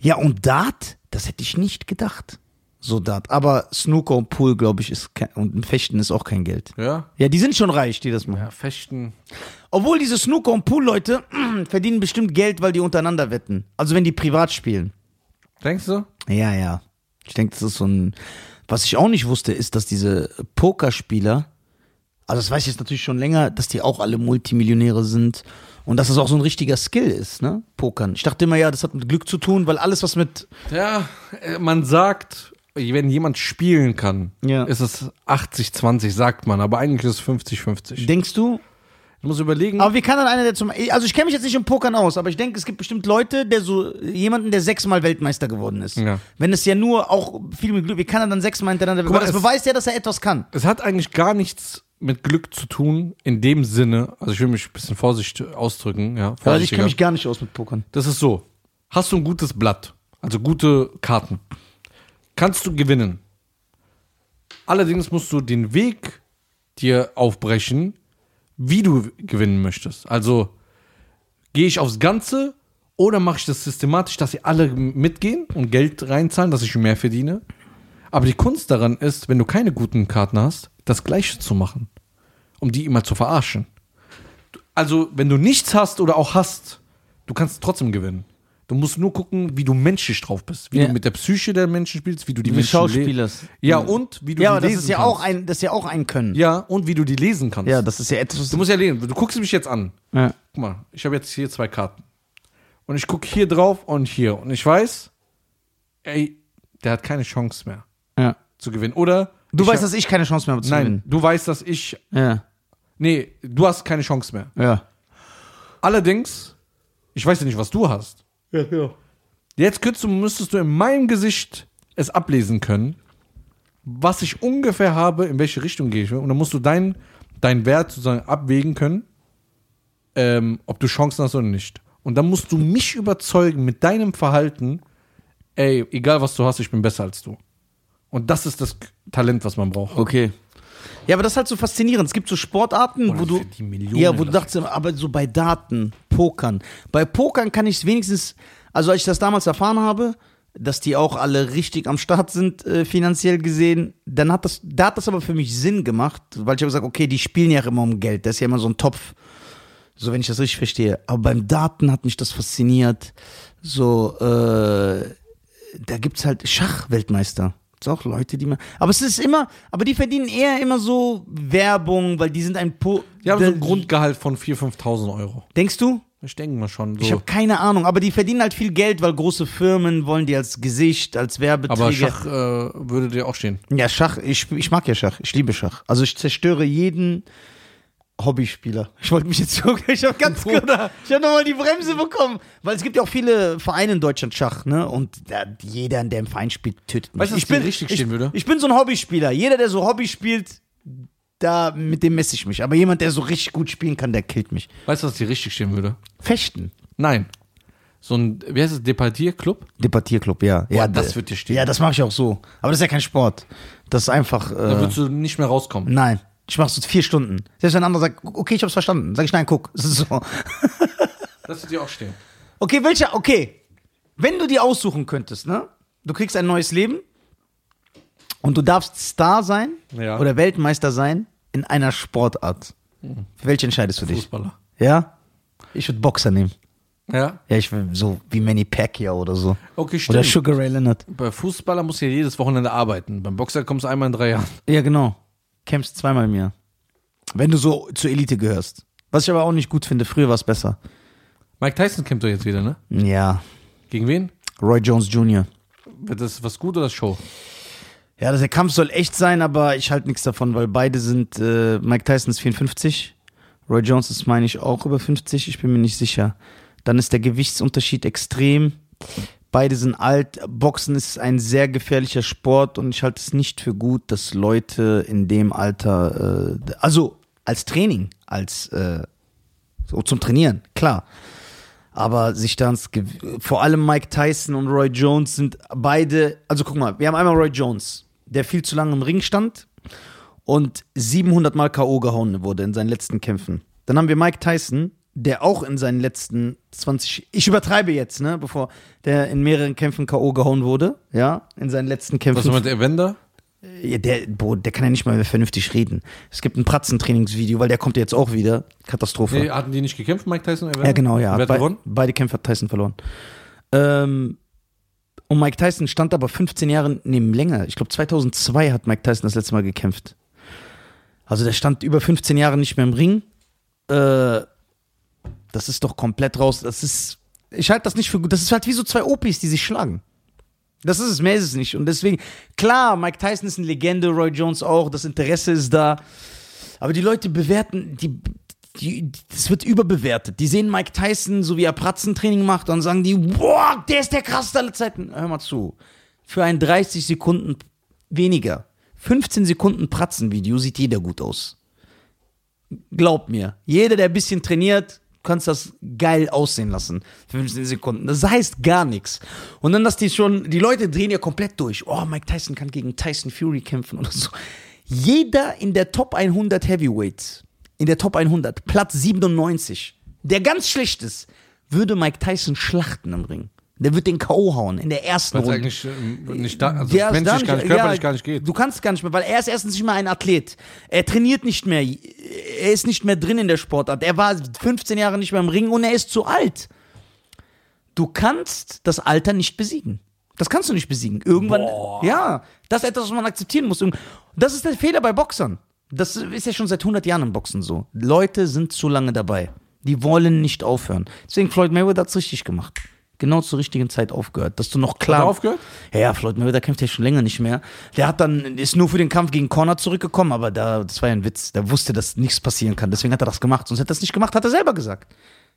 Speaker 2: Ja, und Dart, das hätte ich nicht gedacht. So Dart. Aber Snooker und Pool, glaube ich, ist kein, und Fechten ist auch kein Geld.
Speaker 1: Ja?
Speaker 2: Ja, die sind schon reich, die das machen.
Speaker 1: Ja, Fechten.
Speaker 2: Obwohl diese Snooker- und Pool-Leute mm, verdienen bestimmt Geld, weil die untereinander wetten. Also wenn die privat spielen.
Speaker 1: Denkst du?
Speaker 2: Ja, ja. Ich denke, das ist so ein. Was ich auch nicht wusste, ist, dass diese Pokerspieler, also das weiß ich jetzt natürlich schon länger, dass die auch alle Multimillionäre sind und dass das auch so ein richtiger Skill ist, ne? Pokern. Ich dachte immer, ja, das hat mit Glück zu tun, weil alles, was mit.
Speaker 1: Ja, äh, man sagt, wenn jemand spielen kann,
Speaker 2: Ja.
Speaker 1: ist es 80-20, sagt man, aber eigentlich ist es 50-50.
Speaker 2: Denkst du?
Speaker 1: Ich muss überlegen,
Speaker 2: Aber wie kann dann einer, der zum. Also ich kenne mich jetzt nicht im Pokern aus, aber ich denke, es gibt bestimmt Leute, der so. Jemanden, der sechsmal Weltmeister geworden ist.
Speaker 1: Ja.
Speaker 2: Wenn es ja nur auch viel mit Glück. Wie kann er dann sechsmal hintereinander.
Speaker 1: mal,
Speaker 2: Aber das
Speaker 1: es-
Speaker 2: beweist ja, dass er etwas kann.
Speaker 1: es hat eigentlich gar nichts mit Glück zu tun, in dem Sinne, also ich will mich ein bisschen vorsichtig ausdrücken, ja,
Speaker 2: Also ich kenne
Speaker 1: vorsichtiger.
Speaker 2: mich gar nicht aus mit Pokern.
Speaker 1: Das ist so. Hast du ein gutes Blatt, also gute Karten, kannst du gewinnen. Allerdings musst du den Weg dir aufbrechen, wie du gewinnen möchtest. Also gehe ich aufs Ganze oder mache ich das systematisch, dass sie alle mitgehen und Geld reinzahlen, dass ich mehr verdiene. Aber die Kunst daran ist, wenn du keine guten Karten hast, das Gleiche zu machen, um die immer zu verarschen. Also, wenn du nichts hast oder auch hast, du kannst trotzdem gewinnen. Du musst nur gucken, wie du menschlich drauf bist, wie
Speaker 2: Ja.
Speaker 1: du mit der Psyche der Menschen spielst, wie du die
Speaker 2: du
Speaker 1: Menschen
Speaker 2: schauspielerst.
Speaker 1: le- Ja, und wie du
Speaker 2: Hm.
Speaker 1: die
Speaker 2: Ja, aber das
Speaker 1: lesen
Speaker 2: ist ja
Speaker 1: kannst.
Speaker 2: auch ein, das ist ja auch ein Können.
Speaker 1: Ja, und wie du die lesen kannst.
Speaker 2: Ja, das ist ja etwas.
Speaker 1: Du musst ja lesen. Du guckst mich jetzt an.
Speaker 2: ja.
Speaker 1: Guck mal, ich habe jetzt hier zwei Karten. Und ich gucke hier drauf und hier. Und ich weiß, ey, der hat keine Chance mehr
Speaker 2: Ja.
Speaker 1: zu gewinnen. Oder?
Speaker 2: Du
Speaker 1: ich
Speaker 2: weißt,
Speaker 1: hab-
Speaker 2: dass ich keine Chance mehr habe zu
Speaker 1: Nein,
Speaker 2: gewinnen.
Speaker 1: du weißt, dass ich.
Speaker 2: Ja.
Speaker 1: Nee, du hast keine Chance mehr.
Speaker 2: Ja.
Speaker 1: Allerdings, ich weiß ja nicht, was du hast.
Speaker 2: Ja, genau. ja.
Speaker 1: Jetzt könntest du, müsstest du in meinem Gesicht es ablesen können, was ich ungefähr habe, in welche Richtung gehe ich. Und dann musst du deinen dein Wert sozusagen abwägen können, ähm, ob du Chancen hast oder nicht. Und dann musst du mich überzeugen mit deinem Verhalten, ey, egal was du hast, ich bin besser als du. Und das ist das Talent, was man braucht.
Speaker 2: Okay. Ja, aber das ist halt so faszinierend. Es gibt so Sportarten,
Speaker 1: Boah,
Speaker 2: wo
Speaker 1: das
Speaker 2: du.
Speaker 1: sind die Millionen,
Speaker 2: ja, wo du
Speaker 1: das-
Speaker 2: dachtest, aber so bei Daten, Pokern. Bei Pokern kann ich es wenigstens. Also, als ich das damals erfahren habe, dass die auch alle richtig am Start sind, äh, finanziell gesehen, dann hat das, da hat das aber für mich Sinn gemacht, weil ich habe gesagt, okay, die spielen ja immer um Geld. Das ist ja immer so ein Topf. So, wenn ich das richtig verstehe. Aber beim Daten hat mich das fasziniert. So, äh, da gibt's halt Schachweltmeister. Gibt's auch Leute, die man. Aber es ist immer, aber die verdienen eher immer so Werbung, weil die sind ein po.
Speaker 1: Die haben so
Speaker 2: Da-
Speaker 1: ein Grundgehalt von 4.000, 5.000 Euro.
Speaker 2: Denkst du?
Speaker 1: Ich denke mal schon. So.
Speaker 2: Ich habe keine Ahnung, aber die verdienen halt viel Geld, weil große Firmen wollen die als Gesicht, als Werbeträger.
Speaker 1: aber Schach äh, würde dir auch stehen.
Speaker 2: Ja, Schach, ich, sp- ich mag ja Schach, ich liebe Schach. Also ich zerstöre jeden Hobbyspieler. Ich wollte mich jetzt sogar, ich habe ganz kurz, ich habe nochmal die Bremse bekommen, weil es gibt ja auch viele Vereine in Deutschland Schach, ne? Und da, jeder, der im Verein spielt, tötet mich.
Speaker 1: Weißt du, was
Speaker 2: ich bin
Speaker 1: dir richtig
Speaker 2: ich,
Speaker 1: stehen würde?
Speaker 2: Ich bin so ein Hobbyspieler. Jeder, der so Hobby spielt, da mit dem messe ich mich. Aber jemand, der so richtig gut spielen kann, der killt mich.
Speaker 1: Weißt du, was dir richtig stehen würde?
Speaker 2: Fechten.
Speaker 1: Nein. So ein, wie heißt es, Departier-Club?
Speaker 2: Debattierclub, ja. ja,
Speaker 1: das
Speaker 2: d-
Speaker 1: wird dir stehen.
Speaker 2: Ja, das mache ich auch so. Aber das ist ja kein Sport. Das ist einfach. Äh,
Speaker 1: Da würdest du nicht mehr rauskommen.
Speaker 2: Nein, ich mach's so vier Stunden. Selbst wenn ein anderer sagt, okay, ich hab's verstanden, sag ich nein, guck. Es ist so.
Speaker 1: Das würde dir auch stehen.
Speaker 2: Okay, welcher, okay. Wenn du dir aussuchen könntest, ne? Du kriegst ein neues Leben und du darfst Star sein
Speaker 1: Ja.
Speaker 2: oder Weltmeister sein in einer Sportart. Für welche entscheidest du dich?
Speaker 1: Fußballer.
Speaker 2: Ja? Ich würde Boxer nehmen.
Speaker 1: Ja.
Speaker 2: Ja, ich will so wie Manny Pacquiao oder so.
Speaker 1: Okay,
Speaker 2: Oder
Speaker 1: stimmt.
Speaker 2: Sugar Ray Leonard.
Speaker 1: Bei Fußballer musst du ja jedes Wochenende arbeiten. Beim Boxer kommst du einmal in drei Jahren.
Speaker 2: Ja, genau. Kämpfst zweimal im Jahr. Wenn du so zur Elite gehörst. Was ich aber auch nicht gut finde, früher war es besser.
Speaker 1: Mike Tyson kämpft doch jetzt wieder, ne?
Speaker 2: Ja,
Speaker 1: Gegen wen?
Speaker 2: Roy Jones Jr.
Speaker 1: Wird das was gut oder Show?
Speaker 2: Ja, das- der Kampf soll echt sein, aber ich halte nichts davon, weil beide sind, äh, Mike Tyson ist 54, Roy Jones ist, meine ich, auch über 50, ich bin mir nicht sicher. Dann ist der Gewichtsunterschied extrem. Beide sind alt. Boxen ist ein sehr gefährlicher Sport und ich halte es nicht für gut, dass Leute in dem Alter, äh, also als Training, als äh, so zum Trainieren, klar. Aber sich da ins Ge vor allem Mike Tyson und Roy Jones sind beide, also guck mal, wir haben einmal Roy Jones, der viel zu lange im Ring stand und 700 Mal K.O. gehauen wurde in seinen letzten Kämpfen. Dann haben wir Mike Tyson, der auch in seinen letzten 20, ich übertreibe jetzt, ne, bevor der in mehreren Kämpfen K.O. gehauen wurde, ja, in seinen letzten Kämpfen.
Speaker 1: Was war mit Evander?
Speaker 2: Ja, der, boah, der kann ja nicht mal mehr vernünftig reden. Es gibt ein Pratzentrainingsvideo, weil der kommt ja jetzt auch wieder. Katastrophe.
Speaker 1: Nee, hatten die nicht gekämpft, Mike Tyson und Evander?
Speaker 2: ja, genau, ja.
Speaker 1: Wer hat
Speaker 2: Bei-
Speaker 1: gewonnen?
Speaker 2: Beide Kämpfe hat Tyson verloren. Ähm, und Mike Tyson stand aber 15 Jahre neben länger. Ich glaube, 2002 hat Mike Tyson das letzte Mal gekämpft. Also der stand über 15 Jahre nicht mehr im Ring. Äh, das ist doch komplett raus. Das ist, ich halte das nicht für gut. Das ist halt wie so zwei Opis, die sich schlagen. Das ist es, mehr ist es nicht. Und deswegen, klar, Mike Tyson ist eine Legende, Roy Jones auch, das Interesse ist da. Aber die Leute bewerten, die, die, das wird überbewertet. Die sehen Mike Tyson, so wie er Pratzentraining macht, und sagen die, boah, der ist der krasseste aller Zeiten. Hör mal zu. Für ein 30 Sekunden weniger, 15 Sekunden Pratzenvideo sieht jeder gut aus. Glaub mir, jeder, der ein bisschen trainiert, kannst das geil aussehen lassen. 15 Sekunden. Das heißt gar nichts. Und dann, dass die schon, die Leute drehen ja komplett durch. Oh, Mike Tyson kann gegen Tyson Fury kämpfen oder so. Jeder in der Top 100 Heavyweights, in der Top 100, Platz 97, der ganz schlecht ist, würde Mike Tyson schlachten im Ring. Der wird den K.O. hauen in der ersten
Speaker 1: Weil es
Speaker 2: Runde.
Speaker 1: eigentlich ähm, nicht da, also
Speaker 2: Der ist
Speaker 1: menschlich gar nicht, körperlich
Speaker 2: ja,
Speaker 1: gar nicht geht.
Speaker 2: Du kannst gar nicht mehr, weil er ist erstens nicht mehr ein Athlet. Er trainiert nicht mehr. Er ist nicht mehr drin in der Sportart. Er war 15 Jahre nicht mehr im Ring und er ist zu alt. Du kannst das Alter nicht besiegen. Das kannst du nicht besiegen. Irgendwann, ja, das ist etwas, was man akzeptieren muss. Irgend- Das ist der Fehler bei Boxern. Das ist ja schon seit 100 Jahren im Boxen so. Leute sind zu lange dabei. Die wollen nicht aufhören. Deswegen Floyd Mayweather hat's richtig gemacht. Genau zur richtigen Zeit aufgehört, dass du noch klar.
Speaker 1: Hat er aufgehört?
Speaker 2: Ja, ja, Floyd Mayweather kämpft ja schon länger nicht mehr. Der hat dann, ist nur für den Kampf gegen Connor zurückgekommen, aber da, das war ja ein Witz. Der wusste, dass nichts passieren kann. Deswegen hat er das gemacht. Sonst hätte er das nicht gemacht, hat er selber gesagt.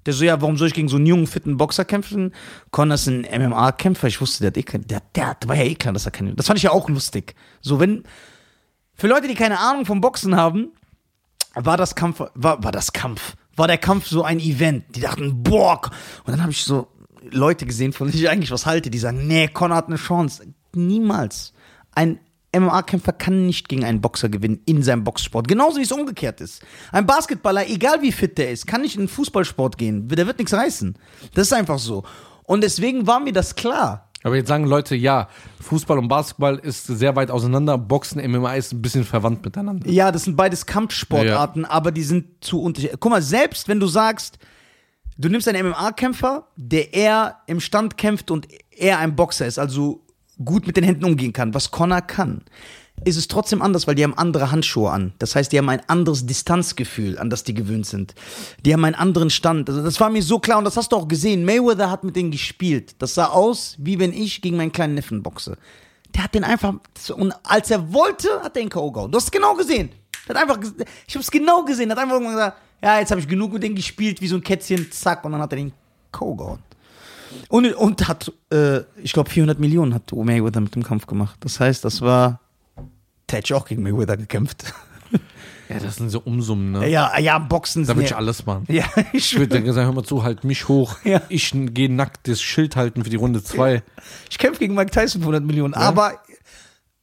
Speaker 2: Der so, ja, warum soll ich gegen so einen jungen, fitten Boxer kämpfen? Connor ist ein MMA-Kämpfer. Ich wusste, der hat eh kein, der, der hat- war ja eh klar, dass er keine, das fand ich ja auch lustig. So, wenn, für Leute, die keine Ahnung vom Boxen haben, war das Kampf, war, war das Kampf, war der Kampf so ein Event. Die dachten, boah. Und dann habe ich so Leute gesehen, von denen ich eigentlich was halte, die sagen, nee, Connor hat eine Chance. Niemals. Ein MMA-Kämpfer kann nicht gegen einen Boxer gewinnen in seinem Boxsport. Genauso wie es umgekehrt ist. Ein Basketballer, egal wie fit der ist, kann nicht in den Fußballsport gehen. Der wird nichts reißen. Das ist einfach so. Und deswegen war mir das klar.
Speaker 1: Aber jetzt sagen Leute, ja, Fußball und Basketball ist sehr weit auseinander, Boxen, MMA ist ein bisschen verwandt miteinander.
Speaker 2: Ja, das sind beides Kampfsportarten, aber die sind zu unterschiedlich. Guck mal, selbst wenn du sagst, du nimmst einen MMA-Kämpfer, der eher im Stand kämpft und eher ein Boxer ist, also gut mit den Händen umgehen kann, was Connor kann, ist es trotzdem anders, weil die haben andere Handschuhe an. Das heißt, die haben ein anderes Distanzgefühl, an das die gewöhnt sind. Die haben einen anderen Stand. Also das war mir so klar und das hast du auch gesehen. Mayweather hat mit denen gespielt. Das sah aus, wie wenn ich gegen meinen kleinen Neffen boxe. Der hat den einfach und als er wollte, hat er ihn KO gehauen. Du hast es genau gesehen. Der Hat einfach, ges- ich habe es genau gesehen. Der Hat einfach irgendwann gesagt, ja, jetzt habe ich genug mit denen gespielt, wie so ein Kätzchen, zack und dann hat er den KO gehauen. Und, und hat, äh, ich glaube, 400 Millionen hat Mayweather mit dem Kampf gemacht. Das heißt, das war. Der hätte ich auch gegen Mayweather gekämpft.
Speaker 1: Ja, das sind so Umsummen, ne?
Speaker 2: Ja, ja, Boxen
Speaker 1: Da
Speaker 2: sind
Speaker 1: würde ich
Speaker 2: ja-
Speaker 1: alles machen.
Speaker 2: Ja, ich
Speaker 1: Ich würde
Speaker 2: schwöre.
Speaker 1: dann sagen, hör mal zu, halt mich hoch.
Speaker 2: Ja.
Speaker 1: Ich gehe nackt das Schild halten für die Runde 2.
Speaker 2: Ich kämpfe gegen Mike Tyson für 100 Millionen. Aber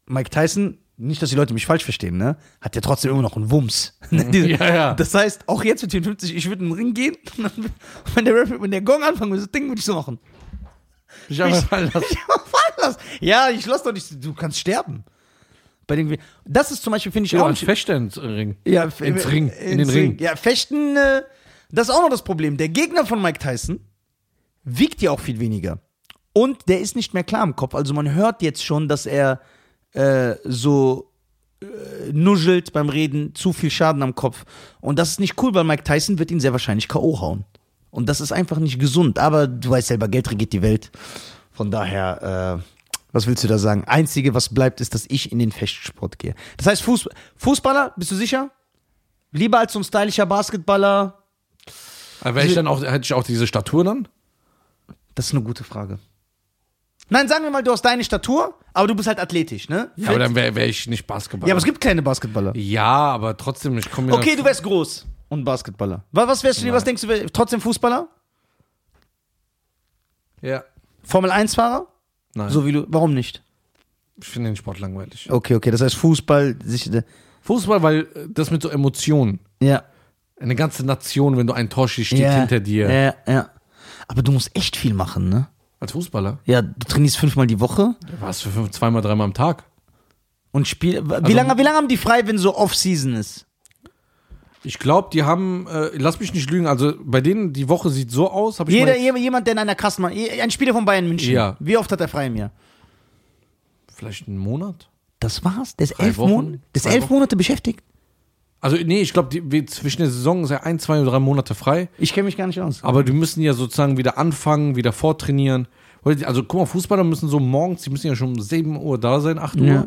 Speaker 2: Mike Tyson, nicht, dass die Leute mich falsch verstehen, ne? Hat ja trotzdem immer noch einen Wumms.
Speaker 1: Mhm. Ja, ja.
Speaker 2: Das heißt, auch jetzt mit den 50, ich würde in den Ring gehen und dann, wenn der Ref, wenn der Gong anfangen würde, das Ding würde ich so machen.
Speaker 1: Ich habe fallen lassen.
Speaker 2: Ich hab fallen lassen. Ja, ich lass doch nicht, du kannst sterben. Bei den, das ist zum Beispiel, finde ich,
Speaker 1: Ja,
Speaker 2: auch
Speaker 1: ein
Speaker 2: nicht,
Speaker 1: Fechter ins äh, Ring.
Speaker 2: Ja,
Speaker 1: ins Ring, in den
Speaker 2: ins
Speaker 1: Ring.
Speaker 2: Ja, Fechten, äh, das ist auch noch das Problem. Der Gegner von Mike Tyson wiegt ja auch viel weniger. Und der ist nicht mehr klar im Kopf. Also man hört jetzt schon, dass er äh, so äh, nuschelt beim Reden, zu viel Schaden am Kopf. Und das ist nicht cool, weil Mike Tyson wird ihn sehr wahrscheinlich K.O. hauen. Und das ist einfach nicht gesund. Aber du weißt selber, Geld regiert die Welt. Von daher, äh, was willst du da sagen? Einzige, was bleibt, ist, dass ich in den Fechtsport gehe. Das heißt, Fuß Fußballer, bist du sicher? Lieber als so ein stylischer Basketballer?
Speaker 1: Aber wär ich dann auch, hätte ich auch diese Statur dann?
Speaker 2: Das ist eine gute Frage. Nein, sagen wir mal, du hast deine Statur, aber du bist halt athletisch, ne?
Speaker 1: Ja, aber dann wäre wär ich nicht Basketballer.
Speaker 2: Ja, aber es gibt kleine Basketballer.
Speaker 1: Ja, aber trotzdem, ich komme ja.
Speaker 2: Okay, du wärst groß und Basketballer. Wa- Was wärst du, lieber? was denkst du, wär- trotzdem Fußballer?
Speaker 1: Ja.
Speaker 2: Formel 1-Fahrer?
Speaker 1: Nein,
Speaker 2: So wie du, warum nicht?
Speaker 1: ich finde den Sport langweilig.
Speaker 2: Okay, okay, das heißt Fußball, sich, äh,
Speaker 1: Fußball, weil äh, das mit so Emotionen.
Speaker 2: ja.
Speaker 1: Eine ganze Nation, wenn du ein Tor schießt, steht
Speaker 2: ja,
Speaker 1: hinter dir.
Speaker 2: Ja, ja. Aber du musst echt viel machen, ne?
Speaker 1: Als Fußballer.
Speaker 2: Ja, du trainierst fünfmal die Woche
Speaker 1: Was für fünf, zweimal, dreimal am Tag?
Speaker 2: und spielst.
Speaker 1: Also
Speaker 2: Wie lange, wie lange haben die frei, wenn so Off-Season ist?
Speaker 1: Ich glaube, die haben, äh, lass mich nicht lügen, also bei denen, die Woche sieht so aus, habe ich
Speaker 2: Jeder,
Speaker 1: mal,
Speaker 2: jem- jemand, der in einer Kasten macht. Ein Spieler von Bayern München.
Speaker 1: Ja.
Speaker 2: Wie oft hat er frei im Jahr?
Speaker 1: vielleicht einen Monat?
Speaker 2: Das war's. Der ist
Speaker 1: Drei
Speaker 2: elf,
Speaker 1: Wochen?
Speaker 2: Mon der ist
Speaker 1: Drei
Speaker 2: elf
Speaker 1: Wochen?
Speaker 2: Monate beschäftigt.
Speaker 1: Also nee, ich glaube, zwischen der Saison ist ja ein, zwei oder drei Monate frei,
Speaker 2: Ich kenne mich gar nicht aus.
Speaker 1: aber die müssen ja sozusagen wieder anfangen, wieder vortrainieren. Also guck mal, Fußballer müssen so morgens, die müssen ja schon um 7 Uhr da sein, 8 Uhr.
Speaker 2: Ja.
Speaker 1: Und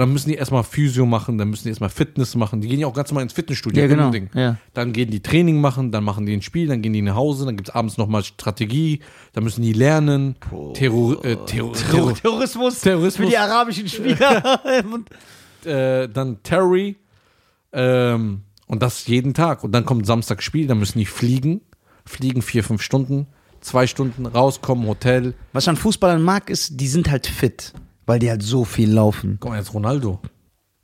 Speaker 1: dann müssen die erstmal Physio machen, dann müssen die erstmal Fitness machen. Die gehen ja auch ganz normal ins Fitnessstudio.
Speaker 2: Ja, genau.
Speaker 1: unbedingt.
Speaker 2: Ja.
Speaker 1: Dann gehen die Training machen, dann machen die ein Spiel, dann gehen die nach Hause, dann gibt es abends nochmal Strategie, dann müssen die lernen. Terror, äh, Terror, Terror,
Speaker 2: Terrorismus,
Speaker 1: Terrorismus.
Speaker 2: für die arabischen Spieler. Und-
Speaker 1: äh, dann Terry ähm, und das jeden Tag. Und dann kommt Samstag Spiel, dann müssen die fliegen, fliegen vier, fünf Stunden, zwei Stunden, rauskommen, Hotel.
Speaker 2: Was ich an Fußballern mag, ist, die sind halt fit, weil die halt so viel laufen.
Speaker 1: Guck mal, jetzt Ronaldo.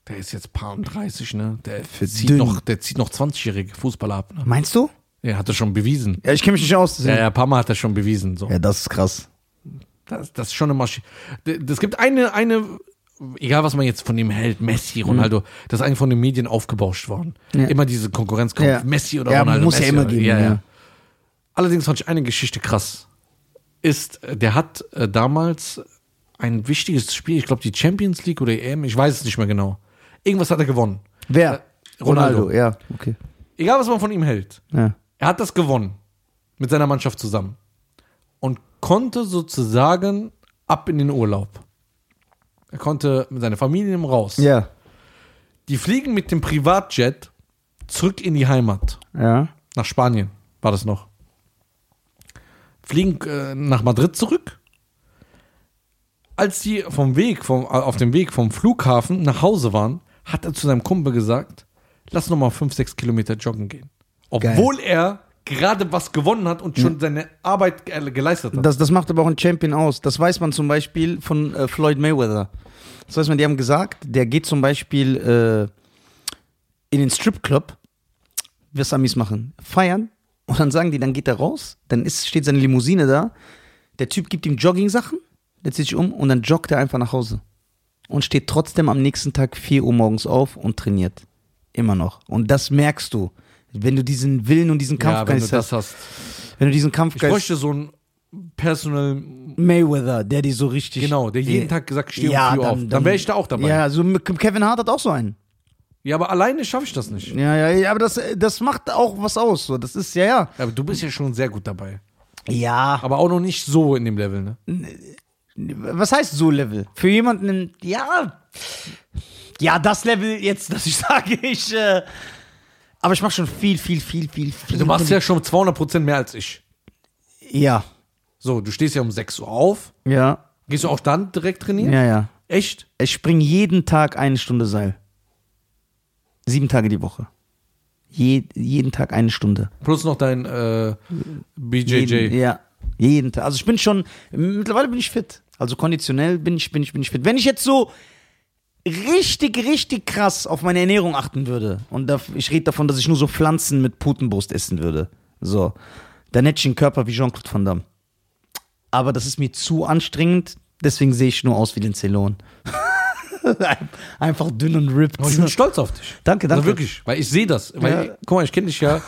Speaker 1: Der ist jetzt paar und 30, ne? Der zieht
Speaker 2: Dünn.
Speaker 1: noch, der zieht noch 20-jährige Fußballer ab. Ne?
Speaker 2: Meinst du?
Speaker 1: Der hat das schon bewiesen.
Speaker 2: Ja, ich kenne mich nicht aus.
Speaker 1: Ja,
Speaker 2: deswegen-
Speaker 1: ja, paar Mal hat er schon bewiesen. So.
Speaker 2: ja, das ist krass.
Speaker 1: Das, das ist schon eine Maschine. Es gibt eine, eine, egal was man jetzt von dem hält, Messi, Ronaldo, das ist eigentlich von den Medien aufgebauscht worden.
Speaker 2: Mhm. Ja.
Speaker 1: Immer diese Konkurrenzkampf,
Speaker 2: Ja.
Speaker 1: Messi oder
Speaker 2: Ja,
Speaker 1: Ronaldo.
Speaker 2: muss ja
Speaker 1: Messi
Speaker 2: immer
Speaker 1: oder-
Speaker 2: geben, ja.
Speaker 1: Allerdings fand ich eine Geschichte krass. Ist, äh, der hat äh, damals ein wichtiges Spiel, ich glaube die Champions League oder EM, ich weiß es nicht mehr genau. Irgendwas hat er gewonnen.
Speaker 2: Wer?
Speaker 1: Ronaldo.
Speaker 2: ja. Okay.
Speaker 1: Egal was man von ihm hält.
Speaker 2: Ja.
Speaker 1: Er hat das gewonnen mit seiner Mannschaft zusammen und konnte sozusagen ab in den Urlaub. Er konnte mit seiner Familie raus.
Speaker 2: Ja.
Speaker 1: Die fliegen mit dem Privatjet zurück in die Heimat,
Speaker 2: Ja.
Speaker 1: nach Spanien war das noch. Fliegen äh, nach Madrid zurück. Als die vom Weg, vom, äh, auf dem Weg vom Flughafen nach Hause waren, hat er zu seinem Kumpel gesagt, lass nochmal 5, 6 Kilometer joggen gehen. Obwohl er gerade was gewonnen hat und schon seine Arbeit ge- äh, geleistet hat.
Speaker 2: Das, das macht aber auch einen Champion aus. Das weiß man zum Beispiel von äh, Floyd Mayweather. Das weiß man, die haben gesagt, der geht zum Beispiel äh, in den Stripclub, was Amis machen, feiern und dann sagen die, dann geht er raus, dann ist, steht seine Limousine da, der Typ gibt ihm Jogging-Sachen, der zieht sich um und dann joggt er einfach nach Hause. Und steht trotzdem am nächsten Tag 4 Uhr morgens auf und trainiert. Immer noch. Und das merkst du, wenn du diesen Willen und diesen
Speaker 1: ja, wenn du
Speaker 2: Kampfgeist
Speaker 1: das
Speaker 2: hast.
Speaker 1: hast.
Speaker 2: Wenn du diesen
Speaker 1: Ich
Speaker 2: Kampfgeist
Speaker 1: bräuchte so einen Personal,
Speaker 2: Mayweather, der die so richtig.
Speaker 1: genau, der jeden
Speaker 2: Ja.
Speaker 1: Tag gesagt, steh
Speaker 2: Ja,
Speaker 1: um 4 Uhr auf. Dann, wäre ich da auch dabei. Ja,
Speaker 2: Ja, so mit Kevin Hart hat auch so einen.
Speaker 1: aber alleine schaffe ich das nicht.
Speaker 2: Ja, ja, ja, aber das, das macht auch was aus. So. Das ist, ja, ja.
Speaker 1: Aber du bist ja schon sehr gut dabei.
Speaker 2: Ja.
Speaker 1: Aber auch noch nicht so in dem Level, ne?
Speaker 2: Was heißt so Level? Für jemanden, im- ja. Ja, das Level jetzt, dass ich sage, ich. Äh, aber ich mache schon viel, viel, viel, viel, viel.
Speaker 1: Du machst ja schon 200% mehr als ich.
Speaker 2: Ja.
Speaker 1: So, du stehst ja um 6 Uhr auf.
Speaker 2: Ja.
Speaker 1: Gehst du auch dann direkt trainieren?
Speaker 2: Ja, ja.
Speaker 1: Echt?
Speaker 2: Ich springe jeden Tag eine Stunde Seil. Sieben Tage die Woche. Je, jeden Tag eine Stunde.
Speaker 1: Plus noch dein äh, BJJ.
Speaker 2: Jeden, ja, jeden Tag. Also ich bin schon, mittlerweile bin ich fit. Also konditionell bin ich, bin ich, bin ich fit. Wenn ich jetzt so richtig, richtig krass auf meine Ernährung achten würde, und da, ich rede davon, dass ich nur so Pflanzen mit Putenbrust essen würde, so, dann hätte ich einen Körper wie Jean-Claude Van Damme. Aber das ist mir zu anstrengend, deswegen sehe ich nur aus wie den Ceylon. Einfach dünn und ripped.
Speaker 1: Aber Oh, ich bin stolz auf dich.
Speaker 2: Danke, danke.
Speaker 1: Also wirklich, weil ich sehe das. Weil,
Speaker 2: Ja.
Speaker 1: Guck mal, ich kenne dich ja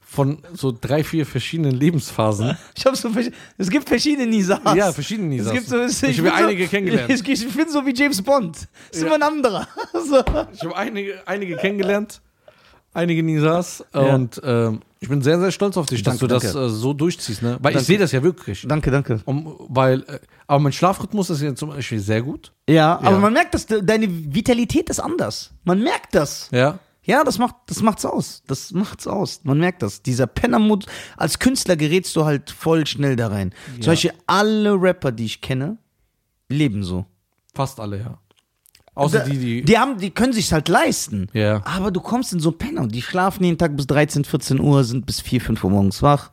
Speaker 1: von so drei, vier verschiedenen Lebensphasen.
Speaker 2: Ich hab so versch- es gibt verschiedene Nisas.
Speaker 1: Ja, verschiedene Nisas.
Speaker 2: Es gibt so, es,
Speaker 1: Ich habe
Speaker 2: bin
Speaker 1: einige kennengelernt.
Speaker 2: Ich, ich bin so wie James Bond. Ist immer ein anderer. So.
Speaker 1: Ich habe einige, einige kennengelernt, einige Nisas. äh,
Speaker 2: Ja.
Speaker 1: Und ähm, ich bin sehr, sehr stolz auf dich, dass
Speaker 2: Danke,
Speaker 1: du
Speaker 2: danke.
Speaker 1: das äh, so durchziehst. Ne? Weil
Speaker 2: Danke.
Speaker 1: ich sehe das ja wirklich.
Speaker 2: Danke, danke.
Speaker 1: Um, weil, äh, aber mein Schlafrhythmus ist ja zum Beispiel sehr gut.
Speaker 2: Ja, aber
Speaker 1: Ja.
Speaker 2: man merkt, dass de- deine Vitalität ist anders. Man merkt das.
Speaker 1: Ja.
Speaker 2: Ja, das macht das macht's aus. Das macht's aus. Man merkt das. Dieser Pennermut als Künstler gerätst du halt voll schnell da rein. Zum Beispiel alle Rapper, die ich kenne, leben so.
Speaker 1: Fast alle, ja. Außer die, die.
Speaker 2: Die, haben, die können sich's halt leisten.
Speaker 1: Ja.
Speaker 2: Aber du kommst in so einen Penner und die schlafen jeden Tag bis 13, 14 Uhr, sind bis 4, 5 Uhr morgens wach.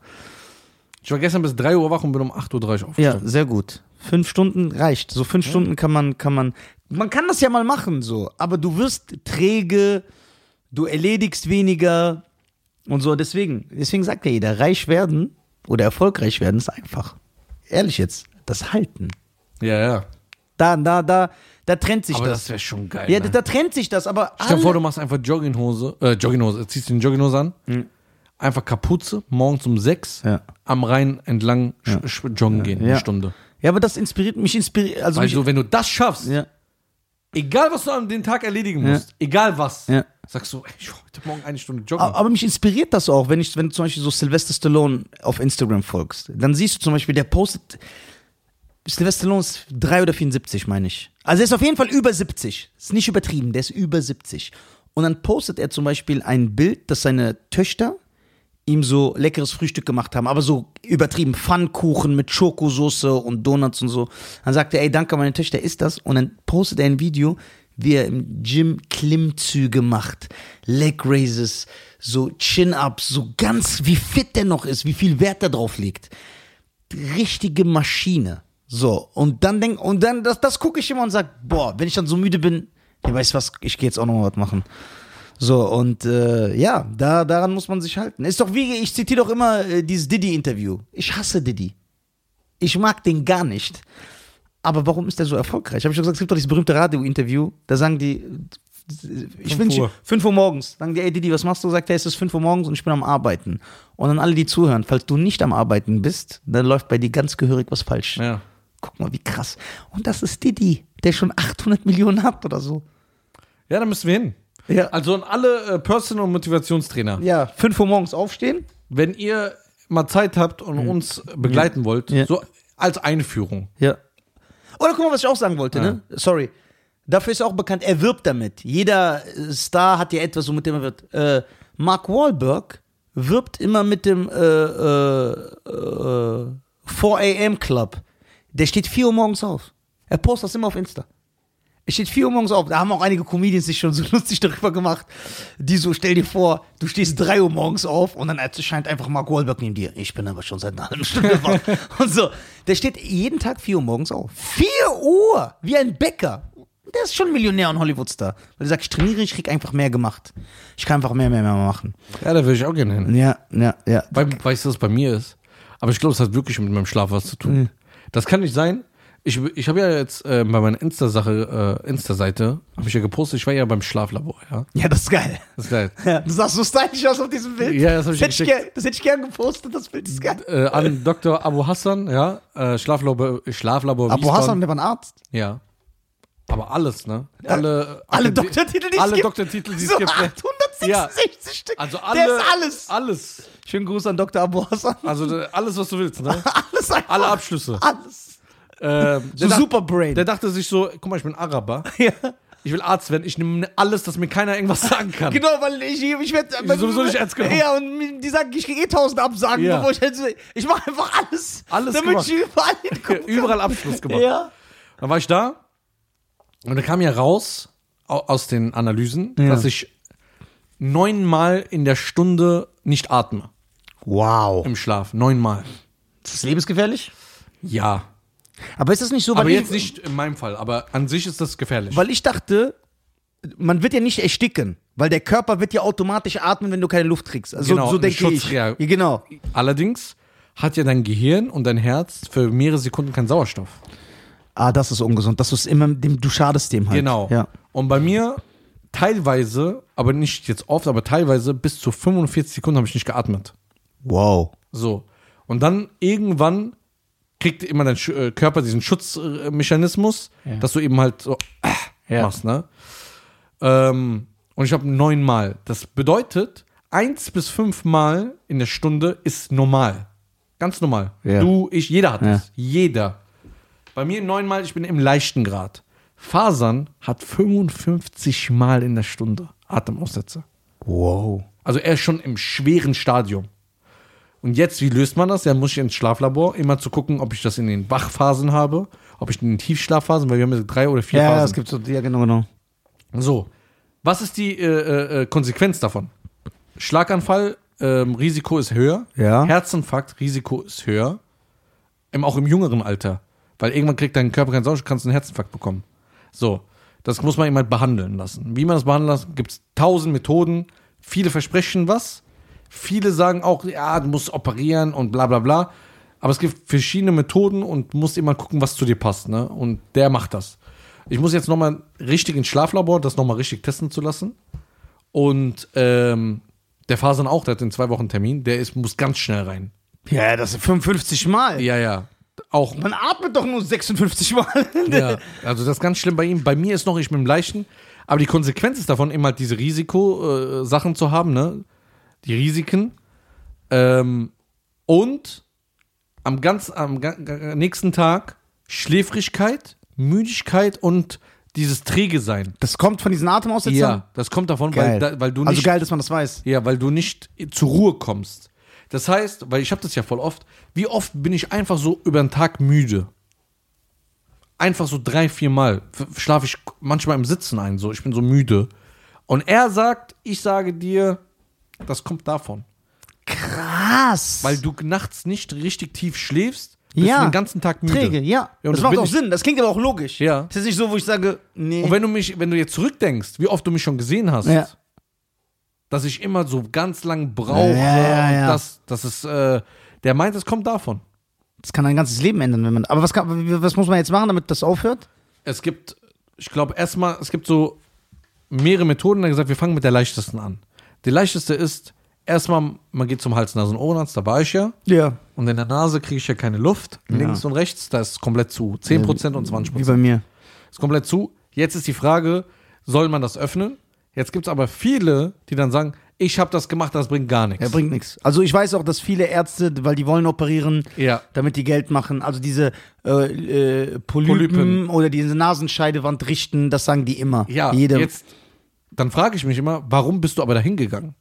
Speaker 1: Ich war gestern bis 3 Uhr wach und bin um 8.30 Uhr
Speaker 2: Ja,
Speaker 1: aufgestanden.
Speaker 2: sehr gut. Fünf Stunden reicht. So fünf Stunden kann man, kann man, man kann das ja mal machen so, aber du wirst träge, du erledigst weniger und so. Deswegen, deswegen sagt ja jeder, reich werden oder erfolgreich werden ist einfach. Ehrlich jetzt, das Halten.
Speaker 1: Ja, ja.
Speaker 2: Da, da, da, da trennt sich
Speaker 1: Aber
Speaker 2: das.
Speaker 1: das wäre schon geil.
Speaker 2: ja,
Speaker 1: ne?
Speaker 2: da, da trennt sich das, aber
Speaker 1: Stell dir
Speaker 2: alle-
Speaker 1: vor, du machst einfach Jogginghose, äh, Jogginghose, ziehst den Jogginghose an, einfach Kapuze, morgens um sechs
Speaker 2: Mhm. Ja.
Speaker 1: am Rhein entlang sch- sch- joggen gehen, eine
Speaker 2: Ja.
Speaker 1: Stunde.
Speaker 2: Ja, aber das inspiriert mich, inspiriert, also, mich,
Speaker 1: Also wenn du das schaffst,
Speaker 2: ja.
Speaker 1: egal was du an den Tag erledigen musst, egal was,
Speaker 2: Ja.
Speaker 1: sagst du, ey, ich war heute Morgen eine Stunde joggen.
Speaker 2: Aber, aber mich inspiriert das auch, wenn ich, wenn du zum Beispiel so Sylvester Stallone auf Instagram folgst, dann siehst du zum Beispiel, der postet. Sylvester Stallone ist 3 oder 74, meine ich. Also er ist auf jeden Fall über 70. Ist nicht übertrieben, der ist über 70. Und dann postet er zum Beispiel ein Bild, dass seine Töchter ihm so leckeres Frühstück gemacht haben, aber so übertrieben Pfannkuchen mit Schokosauce und Donuts und so. Dann sagt er, ey, danke, meine Töchter isst das. Und dann postet er ein Video, wie er im Gym Klimmzüge macht, Leg Raises, so Chin-Ups, so ganz, wie fit der noch ist, wie viel Wert er drauf legt. Richtige Maschine. So, und dann denk, und dann, das, das gucke ich immer und sag, boah, wenn ich dann so müde bin, ja, weißt du was, ich gehe jetzt auch noch mal was machen. So, und äh, ja, da, daran muss man sich halten. Ist doch wie, ich zitiere doch immer äh, dieses Diddy-Interview. Ich hasse Diddy. Ich mag den gar nicht. Aber warum ist der so erfolgreich? Habe ich doch gesagt, es gibt doch dieses berühmte Radio-Interview, da sagen die, äh, ich
Speaker 1: Fünf
Speaker 2: wünsche,
Speaker 1: Uhr.
Speaker 2: 5 Uhr morgens. Sagen die, ey Diddy, was machst du? Sagt er, es ist 5 Uhr morgens und ich bin am Arbeiten. Und dann alle, die zuhören, falls du nicht am Arbeiten bist, dann läuft bei dir ganz gehörig was falsch.
Speaker 1: ja.
Speaker 2: Guck mal, wie krass. Und das ist Diddy, der schon 800 Millionen hat oder so.
Speaker 1: ja, da müssen wir hin.
Speaker 2: Ja.
Speaker 1: Also an alle äh, Personal- und Motivationstrainer,
Speaker 2: Ja, 5 Uhr morgens aufstehen.
Speaker 1: wenn ihr mal Zeit habt und uns begleiten wollt,
Speaker 2: Hm. Ja.
Speaker 1: so als Einführung.
Speaker 2: Ja. Oder guck mal, was ich auch sagen wollte, ne? Sorry. Dafür ist auch bekannt, er wirbt damit. Jeder äh, Star hat ja etwas, womit er wirbt. Äh, Mark Wahlberg wirbt immer mit dem äh, äh, äh, 4 AM Club. Der steht 4 Uhr morgens auf. Er postet das immer auf Insta. Ich stehe 4 Uhr morgens auf. Da haben auch einige Comedians sich schon so lustig darüber gemacht. Die so, stell dir vor, du stehst 3 Uhr morgens auf und dann erscheint einfach Mark Wahlberg neben dir. Ich bin aber schon seit einer halben Stunde wach. und so. Der steht jeden Tag 4 Uhr morgens auf. 4 Uhr! Wie ein Bäcker. Der ist schon Millionär und Hollywoodstar. Weil er sagt, ich trainiere, ich krieg einfach mehr gemacht. Ich kann einfach mehr, mehr, mehr machen.
Speaker 1: Ja, da würde ich auch gerne hin.
Speaker 2: Ja, ja, ja.
Speaker 1: Weil, weißt du, was bei mir ist? Aber ich glaube, es hat wirklich mit meinem Schlaf was zu tun. Das kann nicht sein. Ich, ich habe ja jetzt äh, bei meiner Insta-Sache, äh, Insta-Seite, habe ich ja gepostet, ich war ja beim Schlaflabor, ja.
Speaker 2: Ja, das ist geil.
Speaker 1: Das ist geil.
Speaker 2: Ja, du sahst so stylisch aus auf diesem Bild.
Speaker 1: Ja, das hab ich
Speaker 2: hätte ich
Speaker 1: geschickt.
Speaker 2: gern, Das hätte ich gern gepostet, das Bild ist geil.
Speaker 1: Äh, an Dr. Abu Hassan, ja. Äh, Schlaflabor, Schlaflabor
Speaker 2: Aber
Speaker 1: Wiesbaden.
Speaker 2: Hassan, der war ein Arzt.
Speaker 1: Ja. Aber alles, ne? Alle,
Speaker 2: Alle
Speaker 1: Akademi-
Speaker 2: Doktortitel, die es
Speaker 1: Alle
Speaker 2: gibt.
Speaker 1: Doktortitel, die es
Speaker 2: so
Speaker 1: gibt. ne?
Speaker 2: 866 Stück.
Speaker 1: Also alle,
Speaker 2: der ist alles.
Speaker 1: Alles.
Speaker 2: Schönen Gruß an Dr. Abu Hassan.
Speaker 1: Also da- alles, was du willst, ne?
Speaker 2: Alles einfach.
Speaker 1: Alle Abschlüsse.
Speaker 2: Alles.
Speaker 1: Ähm,
Speaker 2: So
Speaker 1: der dach-
Speaker 2: Superbrain.
Speaker 1: Der dachte sich so, guck mal, ich bin Araber.
Speaker 2: Ja.
Speaker 1: Ich will Arzt werden. Ich nehme alles, dass mir keiner irgendwas sagen kann.
Speaker 2: Genau, weil ich, ich werde
Speaker 1: sowieso nicht ernst genommen.
Speaker 2: Ja, und mir- die sagen, ich kriege eh tausend Absagen,
Speaker 1: Ja.
Speaker 2: bevor ich halt, so- Ich mache einfach alles.
Speaker 1: Alles
Speaker 2: Damit
Speaker 1: gemacht.
Speaker 2: ich überall hinkomme.
Speaker 1: Überall Abschluss gemacht.
Speaker 2: Ja.
Speaker 1: Dann war ich da und da kam ja raus au- aus den Analysen,
Speaker 2: Ja.
Speaker 1: dass ich neunmal in der Stunde nicht atme
Speaker 2: Wow.
Speaker 1: im Schlaf. Neunmal.
Speaker 2: Ist das lebensgefährlich?
Speaker 1: Ja.
Speaker 2: Aber ist das nicht so, weil
Speaker 1: Aber
Speaker 2: ich-
Speaker 1: jetzt nicht in meinem Fall, aber an sich ist das gefährlich.
Speaker 2: Weil ich dachte, man wird ja nicht ersticken, weil der Körper wird ja automatisch atmen, wenn du keine Luft kriegst. Also
Speaker 1: Genau,
Speaker 2: so
Speaker 1: eine
Speaker 2: denke ich. Ja,
Speaker 1: Schutzrea-
Speaker 2: genau.
Speaker 1: Allerdings hat ja dein Gehirn und dein Herz für mehrere Sekunden keinen Sauerstoff.
Speaker 2: Ah, das ist ungesund. Das ist immer dem du schadest dem halt.
Speaker 1: Genau.
Speaker 2: Ja.
Speaker 1: Und bei mir teilweise, aber nicht jetzt oft, aber teilweise bis zu 45 Sekunden habe ich nicht geatmet.
Speaker 2: Wow.
Speaker 1: So. Und dann irgendwann kriegt immer dein Sch äh, Körper diesen Schutzmechanismus, dass du eben halt so
Speaker 2: Ja.
Speaker 1: machst, ne? Ähm, und ich habe neunmal. Das bedeutet, eins bis fünfmal in der Stunde ist normal. Ganz normal.
Speaker 2: Ja.
Speaker 1: Du, ich, jeder hat
Speaker 2: Ja.
Speaker 1: das. Jeder. Bei mir neunmal, ich bin im leichten Grad. Fasern hat 55 Mal in der Stunde Atemaussetzer.
Speaker 2: Wow.
Speaker 1: Also er ist schon im schweren Stadium. Und jetzt, wie löst man das? Ja, muss ich ins Schlaflabor, immer zu gucken, ob ich das in den Wachphasen habe, ob ich in den Tiefschlafphasen, weil wir haben ja drei oder vier
Speaker 2: Ja, es
Speaker 1: Phasen.
Speaker 2: gibt so, ja, genau, genau.
Speaker 1: So, was ist die äh, äh, Konsequenz davon? Schlaganfall, ähm, Risiko ist höher.
Speaker 2: Ja.
Speaker 1: Herzinfarkt, Risiko ist höher. Im, auch im jüngeren Alter. Weil irgendwann kriegt dein Körper keinen Sauerstoff, kannst du einen Herzinfarkt bekommen. So, das muss man eben halt behandeln lassen. Wie man das behandeln lassen, gibt es tausend Methoden. Viele versprechen was. Viele sagen auch, ja, du musst operieren und bla bla bla. Aber es gibt verschiedene Methoden und du musst immer gucken, was zu dir passt. Ne? Und der macht das. Ich muss jetzt nochmal richtig ins Schlaflabor, das nochmal richtig testen zu lassen. Und ähm, der Fasan auch, der hat in zwei Wochen Termin, der ist, muss ganz schnell rein.
Speaker 2: Ja, das sind 55 Mal.
Speaker 1: Ja, ja. Auch.
Speaker 2: Man atmet doch nur 56 Mal.
Speaker 1: Ja. Also das ist ganz schlimm bei ihm. Bei mir ist noch ich mit dem Leichen. Aber die Konsequenz ist davon, eben halt diese Risiko-Sachen zu haben, ne? Die Risiken. Ähm, und am ganz am ga- ga- nächsten Tag Schläfrigkeit, Müdigkeit und dieses träge sein.
Speaker 2: Das kommt von diesen Atemaussetzern?
Speaker 1: Ja, das kommt davon, weil,
Speaker 2: Geil.
Speaker 1: da, weil du nicht
Speaker 2: also geil, dass man das weiß.
Speaker 1: Ja, weil du nicht zur Ruhe kommst. Das heißt, weil ich habe das ja voll oft, wie oft bin ich einfach so über den Tag müde? Einfach so drei, vier Mal schlafe ich manchmal im Sitzen ein, so ich bin so müde. Und er sagt, ich sage dir, das kommt davon.
Speaker 2: Krass.
Speaker 1: Weil du nachts nicht richtig tief schläfst, bist
Speaker 2: Ja.
Speaker 1: du den ganzen Tag müde.
Speaker 2: Träge, ja.
Speaker 1: Ja, und
Speaker 2: das,
Speaker 1: das
Speaker 2: macht
Speaker 1: bin
Speaker 2: auch
Speaker 1: ich-
Speaker 2: Sinn. Das klingt aber auch logisch.
Speaker 1: Ja.
Speaker 2: Das ist nicht so, wo ich sage, nee.
Speaker 1: Und wenn du mich, wenn du jetzt zurückdenkst, wie oft du mich schon gesehen hast,
Speaker 2: Ja.
Speaker 1: dass ich immer so ganz lang brauche,
Speaker 2: Ja, ja, ja.
Speaker 1: und das, das ist, äh, der meint, es kommt davon.
Speaker 2: das kann ein ganzes Leben ändern, wenn man. Aber was, kann, was muss man jetzt machen, damit das aufhört?
Speaker 1: es gibt, ich glaube, erstmal, es gibt so mehrere Methoden. Da gesagt, wir fangen mit der leichtesten an. Die leichteste ist, erstmal, man geht zum Hals, Nasen, Ohrenarzt, da war ich ja.
Speaker 2: Ja.
Speaker 1: Und in der Nase kriege ich ja keine Luft. Links und rechts, da ist es komplett zu. 10% und 20%.
Speaker 2: Wie bei mir.
Speaker 1: Ist komplett zu. Jetzt ist die Frage, soll man das öffnen? Jetzt gibt es aber viele, die dann sagen, ich habe das gemacht, das bringt gar nichts.
Speaker 2: Er bringt nichts. Also ich weiß auch, dass viele Ärzte, weil die wollen operieren,
Speaker 1: Ja.
Speaker 2: damit die Geld machen. Also diese äh, äh, Polypen,
Speaker 1: Polypen.
Speaker 2: oder diese Nasenscheidewand richten, das sagen die immer.
Speaker 1: Ja,
Speaker 2: Jeder.
Speaker 1: jetzt, dann frage ich mich immer, warum bist du aber dahin gegangen?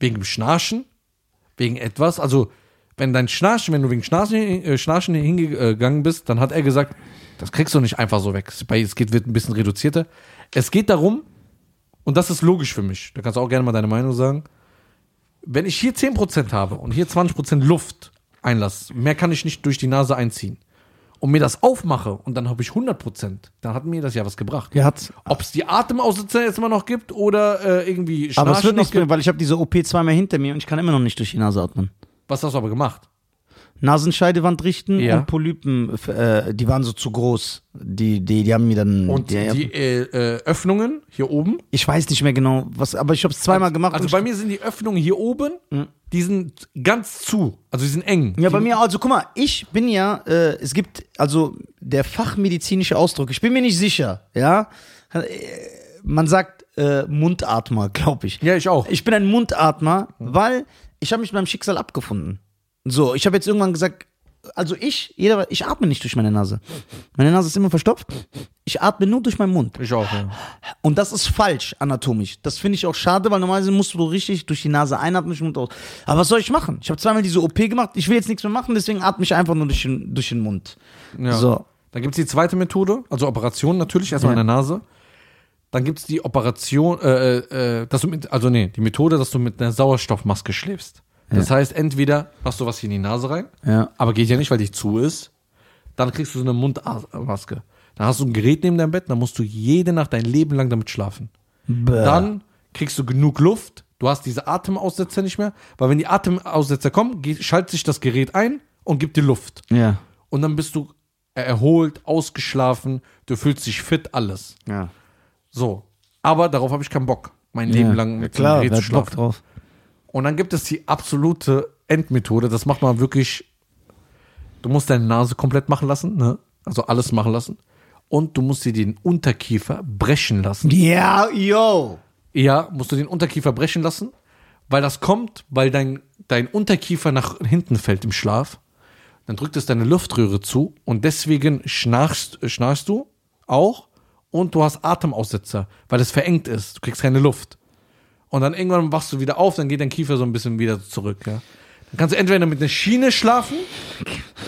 Speaker 1: Wegen dem Schnarchen? Wegen etwas? Also, wenn dein Schnarchen, wenn du wegen Schnarchen, äh, Schnarchen hingegangen bist, dann hat er gesagt, das kriegst du nicht einfach so weg. Es- bei- Es geht, wird ein bisschen reduzierter. Es geht darum, und das ist logisch für mich, da kannst du auch gerne mal deine Meinung sagen, wenn ich hier 10% habe und hier 20% Luft einlass, mehr kann ich nicht durch die Nase einziehen, und mir das aufmache und dann habe ich 100%, dann hat mir das ja was gebracht.
Speaker 2: Ja, hat's.
Speaker 1: Ob es die Atemaussetzer jetzt immer noch gibt oder äh, irgendwie
Speaker 2: Aber es
Speaker 1: Schnarchen
Speaker 2: wird
Speaker 1: noch
Speaker 2: nichts mehr, weil ich habe diese OP zweimal hinter mir und ich kann immer noch nicht durch die Nase atmen.
Speaker 1: Was hast du aber gemacht?
Speaker 2: Nasenscheidewand richten
Speaker 1: Ja.
Speaker 2: und Polypen, äh, die waren so zu groß. Die, die, die haben mir dann.
Speaker 1: Und
Speaker 2: die,
Speaker 1: die äh, äh, Öffnungen hier oben.
Speaker 2: ich weiß nicht mehr genau, was, aber ich habe es zweimal gemacht.
Speaker 1: Also
Speaker 2: und Hm.
Speaker 1: bei mir sind die Öffnungen hier oben, die sind ganz zu. Also die sind eng.
Speaker 2: Ja,
Speaker 1: die,
Speaker 2: bei mir, also guck mal, ich bin ja, äh, es gibt, also der fachmedizinische Ausdruck, ich bin mir nicht sicher, ja. Äh, Man sagt äh, Mundatmer, glaube ich.
Speaker 1: Ja, ich auch.
Speaker 2: Ich bin ein Mundatmer, weil ich habe mich mit meinem Schicksal abgefunden. So, ich habe jetzt irgendwann gesagt, also ich, jeder, ich atme nicht durch meine Nase. Meine Nase ist immer verstopft. Ich atme nur durch meinen Mund.
Speaker 1: Ich auch, ja.
Speaker 2: Und das ist falsch anatomisch. Das finde ich auch schade, weil normalerweise musst du richtig durch die Nase einatmen und aus. Aber was soll ich machen? Ich habe zweimal diese OP gemacht. Ich will jetzt nichts mehr machen, deswegen atme ich einfach nur durch den, durch den Mund.
Speaker 1: ja.
Speaker 2: So.
Speaker 1: Dann gibt es die zweite Methode, also Operation natürlich, erstmal
Speaker 2: Ja.
Speaker 1: in der Nase. Dann gibt es die Operation, äh, äh, dass du mit, also nee, die Methode, dass du mit einer Sauerstoffmaske schläfst. Das heißt, entweder machst du was hier in die Nase rein,
Speaker 2: Ja.
Speaker 1: aber geht ja nicht, weil die zu ist. Dann kriegst du so eine Mundmaske. Dann hast du ein Gerät neben deinem Bett, dann musst du jede Nacht dein Leben lang damit schlafen.
Speaker 2: Bäh.
Speaker 1: Dann kriegst du genug Luft. Du hast diese Atemaussetzer nicht mehr, weil wenn die Atemaussetzer kommen, geht, schaltet sich das Gerät ein und gibt dir Luft.
Speaker 2: Ja.
Speaker 1: Und dann bist du erholt, ausgeschlafen, du fühlst dich fit, alles.
Speaker 2: Ja.
Speaker 1: So. Aber darauf habe ich keinen Bock, mein Leben lang mit
Speaker 2: klar,
Speaker 1: dem Gerät
Speaker 2: wer
Speaker 1: zu
Speaker 2: hat Bock
Speaker 1: schlafen.
Speaker 2: drauf.
Speaker 1: Und dann gibt es die absolute Endmethode. Das macht man wirklich. Du musst deine Nase komplett machen lassen, ne? Also alles machen lassen. Und du musst dir den Unterkiefer brechen lassen.
Speaker 2: Ja, yo.
Speaker 1: Ja, musst du den Unterkiefer brechen lassen, weil das kommt, weil dein, dein Unterkiefer nach hinten fällt im Schlaf. Dann drückt es deine Luftröhre zu und deswegen schnarchst, äh, schnarchst du auch und du hast Atemaussetzer, weil es verengt ist. Du kriegst keine Luft. Und dann irgendwann wachst du wieder auf, dann geht dein Kiefer so ein bisschen wieder zurück. Ja? Dann kannst du entweder mit einer Schiene schlafen,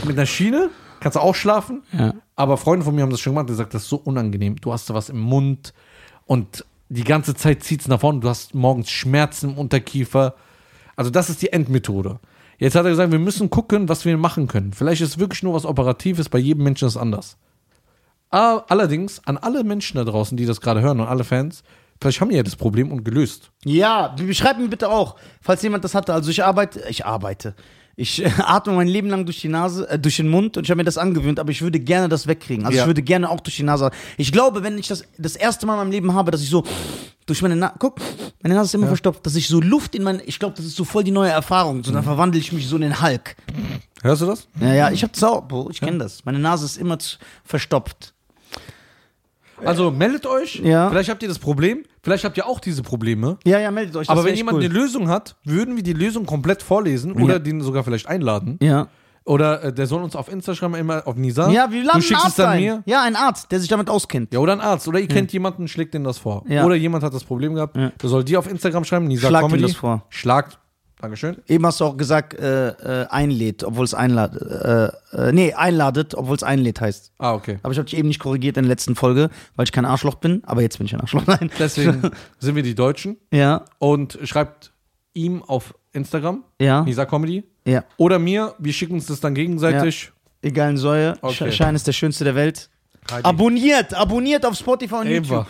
Speaker 1: mit einer Schiene kannst du auch schlafen. Aber Freunde von mir haben das schon gemacht, die sagt, das ist so unangenehm. Du hast da was im Mund und die ganze Zeit zieht es nach vorne. Du hast morgens Schmerzen im Unterkiefer. Also das ist die Endmethode. Jetzt hat er gesagt, wir müssen gucken, was wir machen können. Vielleicht ist wirklich nur was Operatives, bei jedem Menschen ist es anders. Ah, Allerdings, an alle Menschen da draußen, die das gerade hören und alle Fans, vielleicht haben die ja das Problem und gelöst.
Speaker 2: Ja, beschreib mir bitte auch, falls jemand das hatte. Also ich arbeite, ich arbeite. Ich äh, atme mein Leben lang durch die Nase, äh, durch den Mund und ich habe mir das angewöhnt, aber ich würde gerne das wegkriegen. Also
Speaker 1: Ja.
Speaker 2: ich würde gerne auch durch die Nase. Ich glaube, wenn ich das das erste Mal in meinem Leben habe, dass ich so durch meine Nase, guck, meine Nase ist immer verstopft, dass ich so Luft in meine, ich glaube, das ist so voll die neue Erfahrung. So dann verwandle ich mich so in den Hulk.
Speaker 1: Hörst du das?
Speaker 2: Ja, ja, ich habe Zauber, ich kenne das. Meine Nase ist immer zu, verstopft.
Speaker 1: Also meldet euch.
Speaker 2: Ja.
Speaker 1: Vielleicht habt ihr das Problem. Vielleicht habt ihr auch diese Probleme.
Speaker 2: Ja, ja, meldet euch. das
Speaker 1: Aber
Speaker 2: wär
Speaker 1: wenn
Speaker 2: echt
Speaker 1: jemand
Speaker 2: cool.
Speaker 1: eine Lösung hat, würden wir die Lösung komplett vorlesen oder
Speaker 2: Ja.
Speaker 1: den sogar vielleicht einladen.
Speaker 2: ja.
Speaker 1: Oder äh, der soll uns auf Instagram immer auf Nisa.
Speaker 2: Ja, wir laden
Speaker 1: du
Speaker 2: einen
Speaker 1: schickst es
Speaker 2: Arzt
Speaker 1: dann
Speaker 2: ein.
Speaker 1: mir.
Speaker 2: Ja, ein Arzt, der sich damit auskennt.
Speaker 1: Ja, oder ein Arzt. Oder ihr kennt jemanden, schlägt denen das vor.
Speaker 2: Ja.
Speaker 1: Oder jemand hat das Problem gehabt. Der soll dir auf Instagram schreiben, Nisa
Speaker 2: Schlag
Speaker 1: Comedy.
Speaker 2: ihm das vor.
Speaker 1: Schlagt. Dankeschön.
Speaker 2: Eben hast du auch gesagt, äh, äh, einlädt, obwohl es einladet. Äh, äh, nee, einladet, obwohl es einlädt heißt.
Speaker 1: Ah, okay.
Speaker 2: Aber ich habe dich eben nicht korrigiert in der letzten Folge, weil ich kein Arschloch bin. Aber jetzt bin ich ein Arschloch. Nein.
Speaker 1: Deswegen sind wir die Deutschen.
Speaker 2: Ja,
Speaker 1: Und schreibt ihm auf Instagram,
Speaker 2: ja,
Speaker 1: Nisa Comedy.
Speaker 2: ja.
Speaker 1: Oder mir. Wir schicken uns das dann gegenseitig.
Speaker 2: Egal, Säue.
Speaker 1: Okay.
Speaker 2: Schein ist der schönste der Welt.
Speaker 1: Heidi.
Speaker 2: Abonniert, abonniert auf Spotify und
Speaker 1: Eva.
Speaker 2: YouTube.